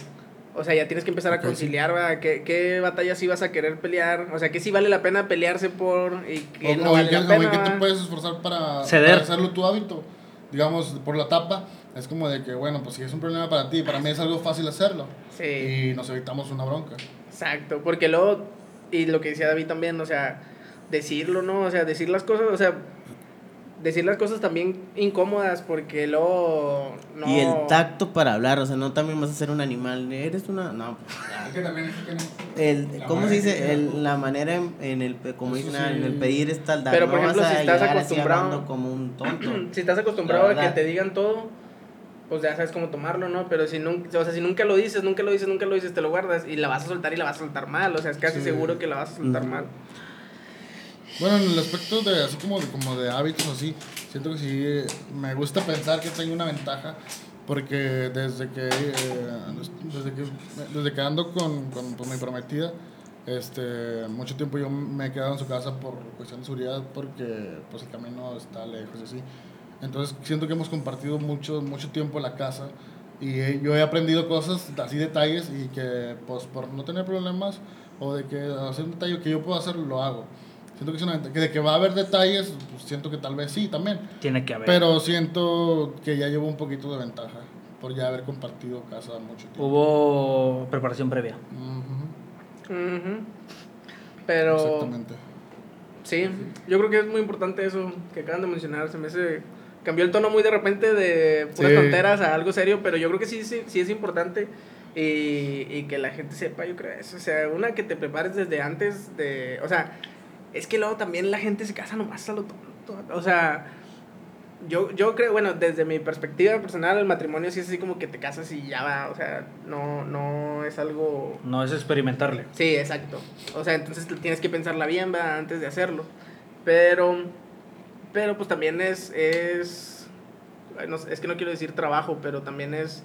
O sea, ya tienes que empezar a Ok, sí. conciliar, ¿verdad? ¿Qué, ¿Qué batallas sí vas a querer pelear? O sea, que sí vale la pena pelearse por y O- que no o vale en qué, la o en pena. qué te ¿verdad? puedes esforzar para, Ceder. para hacerlo tu hábito. Digamos, por la tapa, es como de que, bueno, pues si es un problema para ti, para mí es algo fácil hacerlo. Sí, Y nos evitamos una bronca. exacto. Porque luego, y lo que decía David también, o sea, decirlo, ¿no? O sea, decir las cosas, o sea, decir las cosas también incómodas porque luego... No... Y el tacto para hablar, o sea, no también vas a ser un animal, eres una, no, pues, ya. Es que también es que no. El, La ¿Cómo se manera en que dice? queda. El- la manera en, en el, pe- como Eso dicen, ah, sí. en el pedir está el dar. Pero, por No vas ejemplo, a si estás llegar así acostumbrado- hablando como un tonto. si estás acostumbrado La a que verdad. te digan todo, pues ya sabes cómo tomarlo, ¿no? Pero si nunca, o sea, si nunca lo dices, nunca lo dices, nunca lo dices, te lo guardas y la vas a soltar y la vas a soltar mal, o sea, es casi Sí. seguro que la vas a soltar Ujú. mal. Bueno, en el aspecto de así como de, como de hábitos así, siento que sí eh, me gusta pensar que tengo una ventaja porque desde que eh, desde que desde que ando con, con, pues, mi prometida este mucho tiempo yo me he quedado en su casa por cuestión de seguridad porque pues el camino está lejos y así. Entonces siento que hemos compartido mucho mucho tiempo la casa y eh, yo he aprendido cosas, así detalles y que pues por no tener problemas o de que hacer un detalle que yo puedo hacer lo hago. Siento que es una ventaja. Que de que va a haber detalles, pues, siento que tal vez sí también. Tiene que haber. Pero siento que ya llevo un poquito de ventaja por ya haber compartido casa mucho tiempo. Hubo preparación previa. Oh. Ujú, Ujú. Pero Exactamente. Pues sí, yo creo que es muy importante eso que acaban de mencionar, se me hace cambió el tono muy de repente de puras Sí. tonteras a algo serio, pero yo creo que sí sí, sí es importante y, y que la gente sepa, yo creo eso, o sea, una que te prepares desde antes de, o sea, Es que luego también la gente se casa nomás a lo tonto. O sea, yo, yo creo, bueno, desde mi perspectiva personal, el matrimonio sí es así como que te casas y ya va. O sea, no, no es algo. No es experimentarle. Sí, exacto. O sea, entonces tienes que pensarla bien ¿verdad? antes de hacerlo. Pero, pero pues también es, es, ay, no sé, es que no quiero decir trabajo, pero también es,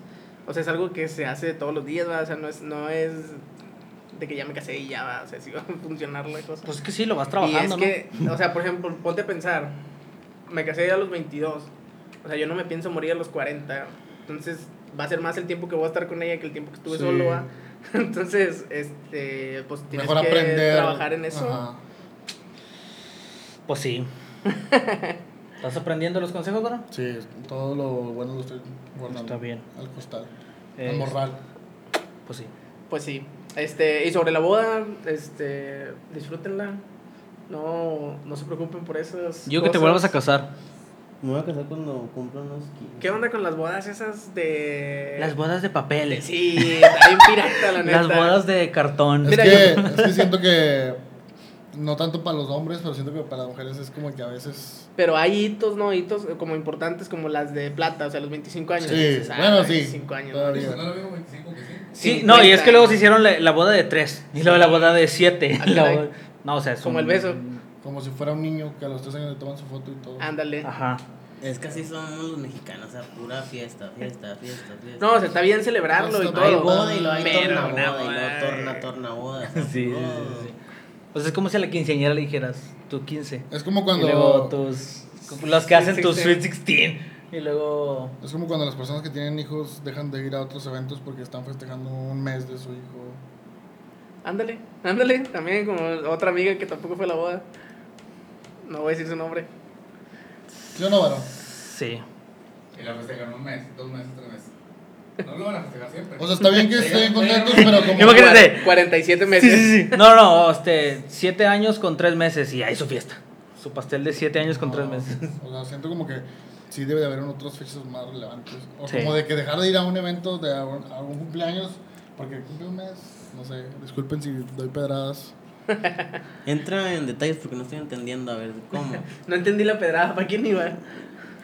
o sea, es algo que se hace todos los días, ¿verdad? o sea, no es, no es de que ya me casé y ya va, o sea, si va a funcionar la cosa. Pues es que sí, lo vas Y es trabajando, que, o sea, por ejemplo, ponte a pensar, me casé a los 22, o sea, yo no me pienso morir a los 40, entonces va a ser más el tiempo que voy a estar con ella que el tiempo que estuve Sí. solo, ¿va? Entonces, este, pues tienes Mejor que aprender. trabajar en eso. Ajá. Pues sí. ¿Estás aprendiendo los consejos, Dora? Sí, todo lo bueno lo estoy guardando. Está bien. Al costal. Eh, al morral. Pues sí. Pues sí. Este, y sobre la boda, este, disfrútenla. No, no se preocupen por esas Yo que te cosas. vuelvas a casar. Me voy a casar cuando cumpla unos 15. ¿Qué onda con las bodas esas de Las bodas de papeles. Sí, está bien pirata la neta. Las bodas de cartón. Es, Mira, que, yo- es que siento que. No tanto para los hombres, pero siento que para las mujeres es como que a veces. Pero hay hitos, ¿no? Hitos como importantes como las de plata, o sea, los 25 años. Sí, Dices, ah, bueno, sí. 25 años. ¿no? Todavía. Pues no lo mismo 25 que 5. Sí, no, y es 50 que luego se años. hicieron la, la boda de tres. Y luego la boda de siete. Ah, La caray. boda- No, o sea, es Como un- el beso. Mm. Como si fuera un niño que a los tres años le toman su foto y todo. Ándale. Ah. Ajá. Es que así somos los mexicanos, o sea, pura fiesta, fiesta, fiesta, fiesta. No, o sea, está bien celebrarlo y No, todo. hay boda y lo hay Pero torna una boda y boda, lo eh. torna, torna boda. o sea, Sí, sí, puro- Oh. sí, sí. O sea, es como si a la quinceañera le dijeras tu 15. Es como Y luego cuando. tus. Los que hacen tus 16. Sweet 16. Y luego. Es como cuando las personas que tienen hijos dejan de ir a otros eventos porque están festejando un mes de su hijo. Ándale, ándale, también como otra amiga que tampoco fue a la boda. No voy a decir su nombre. ¿Sí o no, varón? Sí. Y la festejaron un mes, dos meses, tres meses. No lo van a festejar siempre. O sea, está bien que estén contentos, pero como. Yo me quedé- Imagínate. Cua- 47 Sí, meses. sí, sí. No, no, este. Siete años con tres meses y ahí su fiesta. Su pastel de siete años con tres No, meses. O sea, siento como que sí debe de haber un- otros fechas más relevantes. O Sí. como de que dejar de ir a un evento de algún, algún cumpleaños porque cumple un mes. No sé, disculpen si doy pedradas. Entra en detalles porque no estoy entendiendo, a ver, ¿cómo? No entendí la pedrada, ¿para quién iba?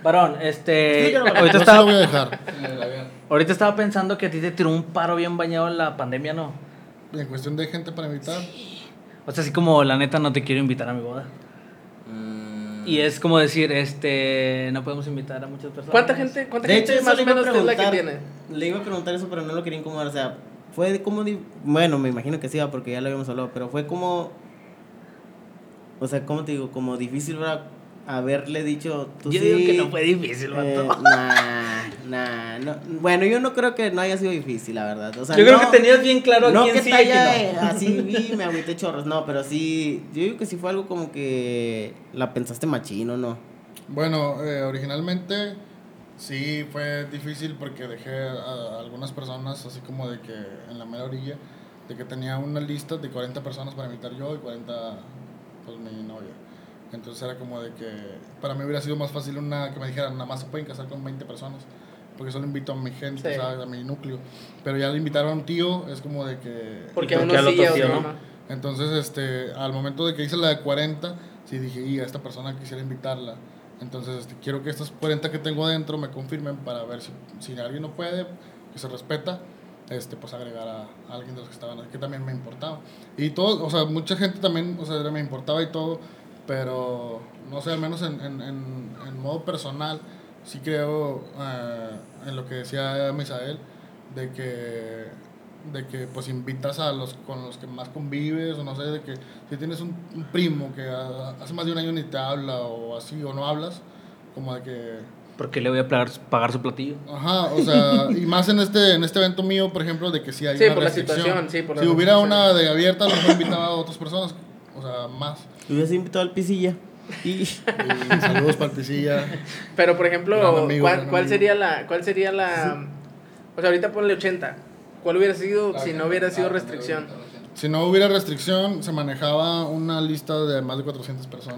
Varón, este. Explícalo, Ahorita No se lo estaba, voy a dejar. En la de la vida. ahorita estaba pensando que a ti te tiró un paro bien bañado en la pandemia, ¿no? En cuestión de gente para invitar. O sea, así como la neta no te quiero invitar a mi boda. Mm. Y es como decir, este, no podemos invitar a muchas personas. ¿Cuánta gente, cuánta De hecho, gente eso más le o iba a menos es la que preguntar. tiene? Le iba a preguntar eso, pero no lo quería incomodar. O sea, fue de como. di- Bueno, me imagino que sí, va, porque ya lo habíamos hablado, pero fue como. O sea, ¿cómo te digo? Como difícil, ¿verdad? Haberle dicho. Tú Yo sí, digo que no fue difícil, eh, vato. nah, nah, no. Bueno, yo no creo que no haya sido difícil, la verdad. O sea, Yo creo no- que tenías bien claro no quién que sí y talla quién de- así vi, me agüité chorros, no, pero sí, yo digo que sí fue algo como que la pensaste machino, ¿no? Bueno, eh, originalmente sí fue difícil porque dejé a algunas personas así como de que en la mera orilla, de que tenía una lista de 40 personas para invitar yo y 40 pues mi novia. Entonces era como de que para mí hubiera sido más fácil una que me dijeran, nada más se pueden casar con 20 personas, porque solo invito a mi gente, Sí. o sea, a mi núcleo. Pero ya le invitaron a un tío, es como de que... Porque Porque a uno al sí y a otro sí, otro ¿no? no. Entonces, este, al momento de que hice la de 40, sí dije, y a esta persona quisiera invitarla. Entonces, este, quiero que estas 40 que tengo dentro me confirmen para ver si, si alguien no puede, que se respeta, este, pues agregar a, a alguien de los que estaban ahí, que también me importaba. Y todo, o sea, mucha gente también, o sea, me importaba y todo, pero no sé, al menos en, en, en- en modo personal, sí creo eh, en lo que decía Misael, de que de que pues invitas a los con los que más convives o no sé de que si tienes un, un primo que a- hace más de un año ni te habla o así o no hablas como de que Porque le voy a pagar, pagar su platillo. ajá o sea y más en este en este evento mío por ejemplo de que si hay Sí, una por la restricción. situación, sí, por la si hubiera restricción. una de abierta a lo mejor invitaba a otras personas o sea más Hubiese invitado al pisilla. Y y saludos para el Pisilla Pero por ejemplo, Gran amigo, ¿cuál, gran cuál amigo. sería la cuál sería la O sea, ahorita ponle 80. ¿Cuál hubiera sido si no hubiera sido Ah, restricción? también hubiera sido si no hubiera restricción se manejaba una lista de más de 400 personas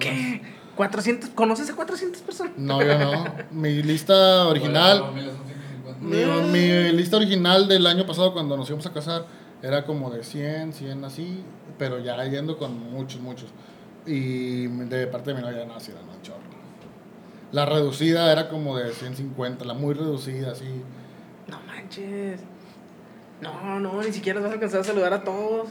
400, ¿conoces a 400 personas? no yo no mi lista original Bueno, familias son 150. Eh. Mi, mi lista original del año pasado cuando nos íbamos a casar era como de 100, 100 así, pero ya yendo con muchos, muchos. Y de parte de mi novia no, así era un chorro. La reducida era como de 150, la muy reducida, así. No manches. No, no, ni siquiera los vas a alcanzar a saludar a todos.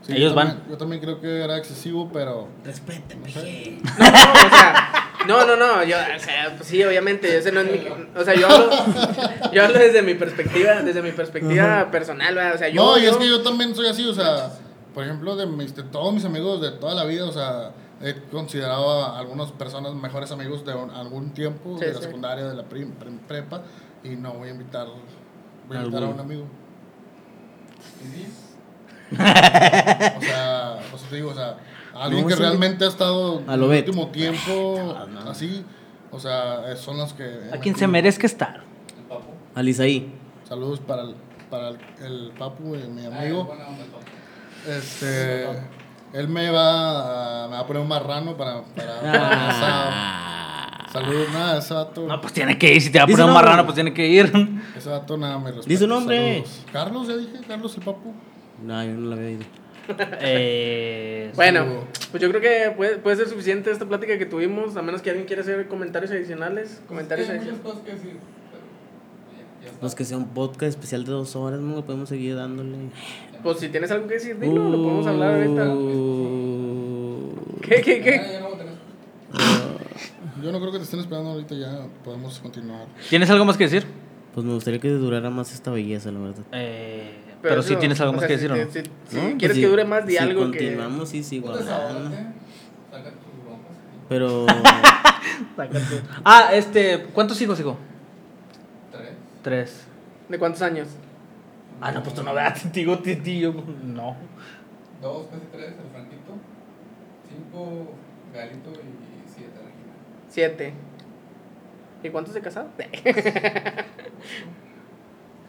Sí, Ellos yo van. también- yo también creo que era excesivo, pero... respétame. No, no, o sea, no, no, no, yo, o sea, pues sí, obviamente, ese no es mi, o sea, yo hablo, yo hablo desde mi perspectiva, desde mi perspectiva personal, ¿verdad? o sea, yo, no, y es yo- que yo también soy así, o sea, por ejemplo, de, mis, de todos mis amigos de toda la vida, o sea, he considerado a algunas personas mejores amigos de un- algún tiempo, Sí, de la sí. secundaria, de la prim- prim- prepa, y no voy a invitar, voy a invitar a Alguno. un amigo. ¿Sí? O sea, pues te digo, o sea, alguien No, que es un- realmente ha estado A el lo Beto. Ah, último tiempo cabrón. así, o sea, eh, son los que... A quien se merezca estar. El papo. Al Isaí. Saludos para el, para el, el papu, eh, mi Ay, amigo. buena onda, el papo. Este, él me va, a, me va a poner un marrano para, para, para el asado. Ah. Saludos, nada, ese vato, No, pues tiene que ir. Si te va a Dice poner un no. marrano, pues tiene que ir. ese vato nada, me respeta. Di su nombre. Saludos. Carlos, ya dije, Carlos el papu. No, yo no la había ido. Eh, Bueno, Saludo. pues yo creo que puede, puede ser suficiente esta plática que tuvimos, a menos que alguien quiera hacer comentarios adicionales. Comentarios Sí, hay muchas adicionales. cosas que decir, pero ya- ya está. Pues que sea un podcast especial de dos horas, no lo podemos seguir dándole. Pues si tienes algo que decir, dilo, lo podemos hablar ahorita. Uh, ¿Qué, qué, Ya, qué? ya no voy a tener- Yo no creo que te estén esperando ahorita, ya podemos continuar. ¿Tienes algo más que decir? Pues me gustaría que durara más esta belleza, la verdad. Eh, pero si eso, tienes algo o más sea, que si decir, ¿o no? te- si- si No, quieres pues que sí, dure más, di sí, algo que. ¿eh? Continuamos, sí, sí, Tú igual. desahógate, saca tus broncas. Pero. Ah, este, ¿cuántos hijos, hijo? Tres. Tres. ¿De cuántos años? Ah, no, pues tú no veas, digo, tío. No. Dos, casi tres, el Franquito. Cinco, Galito y siete, Regina. Siete. ¿Y cuántos se casaron?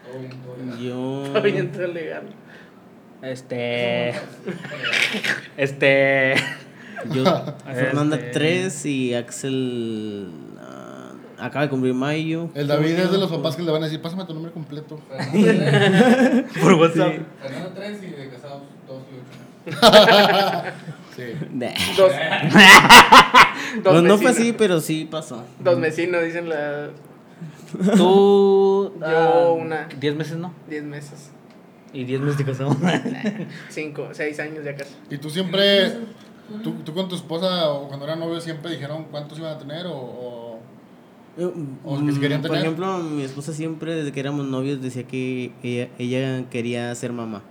Todo bien, todo bien. Yo. Mm. Está bien, todo legal. Este, Eh, este. Yo. Fernanda Este- 3 y Axel. ah, acaba de cumplir mayo. El David es de los papás que le van a decir, pásame tu nombre completo. Fernando Por WhatsApp. tres- Fernando tres y de casados dos y ocho. Sí. Nah. Dos. dos Pues No, no fue vecinos. así, pero sí pasó. Dos vecinos, dicen la Tú. Yo ah, una. Diez meses, ¿no? diez meses. Y diez meses de casado. Cinco, seis años ya casi. ¿Y tú siempre, tú, tú con tu esposa o cuando eran novios siempre dijeron cuántos iban a tener o...? o- Yo, O que si querían mm, Por tener. ejemplo, mi esposa siempre, desde que éramos novios, decía que ella, ella quería ser mamá.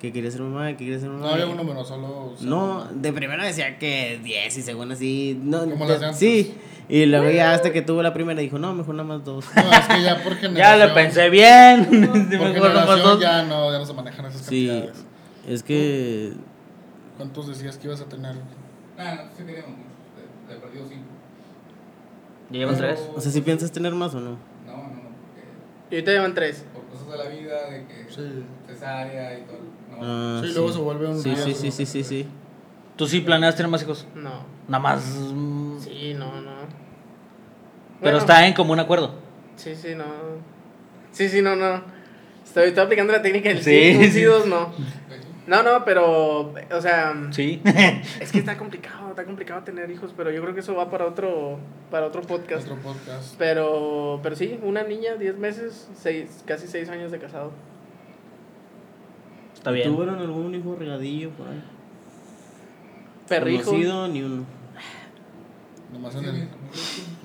Que quería ser mamá, que quería ser mamá. No había un número, solo... No, de primera decía que 10 y según así. No, Como de- las de antes. Sí. Y luego ya hasta que tuvo la primera dijo, no, mejor nada más dos. No, es que ya por generación... ya lo pensé bien. Sí, Por me acuerdo más generación dos. ya no, ya no se manejan esas Sí. cantidades. Es que. ¿Cuántos decías que ibas a tener? Nada, no, sí queríamos mucho. Le- Le perdió cinco. Ya llevan Pero- tres. O sea, si piensas tener más o no. No, no, no, porque Y ahorita llevan tres. por cosas de la vida, de que Sí. cesárea y todo. No, Ah, Sí, luego se vuelve un Sí, sí, riesgo. sí, sí, sí, sí. ¿Tú sí planeas tener más hijos? No. Nada más. mm, Sí, no, no. Pero Bueno, está en común acuerdo. Sí, sí, no. Sí, sí, no, no. Estoy, estoy aplicando la técnica del Sí, sí, un, sí. sí, dos, no. pues, sí. No, no, pero, o sea, Sí. es que está complicado, está complicado tener hijos, pero yo creo que eso va para otro, para otro podcast. Otro podcast. Pero, pero sí, una niña, 10 meses, seis, casi 6 años de casado. Está bien. ¿Tuvieron algún hijo regadillo por ahí? Perrijo. Conocido, ni uno. Nomás Sí, en el...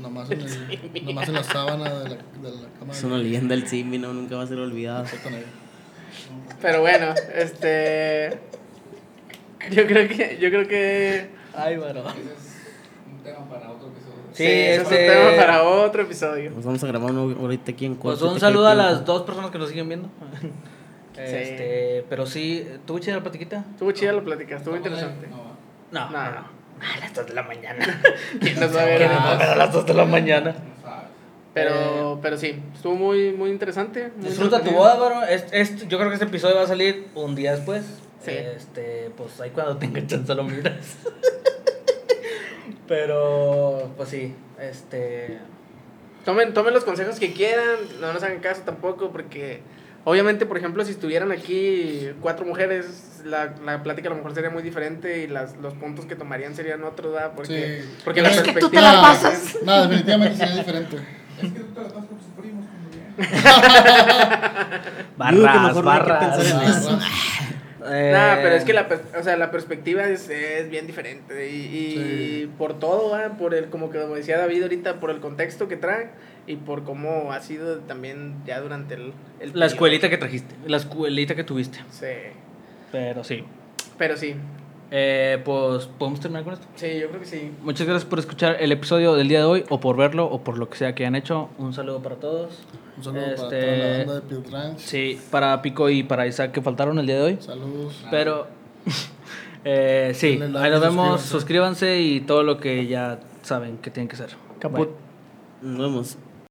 Nomás en, el, nomás en la sábana de la, de la cama. Es una leyenda el Simi, no, nunca va a ser olvidada. Pero bueno, este. Yo creo que. Yo creo que. Ay, bueno. Ese es un tema para otro episodio. Sí, este- ese es un tema para otro episodio. Nos vamos a grabar uno ahorita aquí en cuarto. Pues un saludo a las dos personas que nos siguen viendo. Este, pero sí, ¿tú chida la platiquita? Estuvo chida la plática, estuvo ¿Estamos live? interesante. No, va. No. No, no. A las 2 de la mañana. ¿Quién nos va a ver? ¿Quién nos va a ver a las 2 de la mañana? no sabes. Pero, pero sí, estuvo muy, muy interesante. muy Disfruta tu entretenido. boda, bro. Es- es- yo creo que este episodio va a salir un día después. Sí. Este, pues ahí cuando tenga chance lo miras. Pero, pues sí, este. Tomen, tomen los consejos que quieran, no nos hagan caso tampoco, porque obviamente, por ejemplo, si estuvieran aquí cuatro mujeres, la, la plática a lo mejor sería muy diferente y las, los puntos que tomarían serían otros, ¿verdad? Porque, Sí. porque Es la que tú te perspectiva... Nada, nada, definitivamente sería diferente. Es que tú te la pasas con tus primos cuando Digo vienen. Barras, que mejor no hay que barras. pensar en barras. eso. Eh, Nah, pero es que la, pers- o sea, la perspectiva es, es bien diferente. Y, y Sí. por todo, ¿verdad? por el, como que como decía David ahorita, por el contexto que trae y por cómo ha sido también ya durante el, el La periodo. escuelita que trajiste, la escuelita que tuviste. Sí. Pero sí. Pero sí. Eh, pues, ¿podemos terminar con esto? Sí, yo creo que sí. Muchas gracias por escuchar el episodio del día de hoy, o por verlo, o por lo que sea que hayan hecho. Un saludo para todos. Un saludo para Este, toda la banda de Pit Ranch. Sí, para Pico y para Isaac que faltaron el día de hoy. Saludos. Pero, eh, sí, Denle like ahí nos y vemos. suscríbanse. Suscríbanse y todo lo que ya saben que tienen que hacer. Caput. Bye. Nos vemos.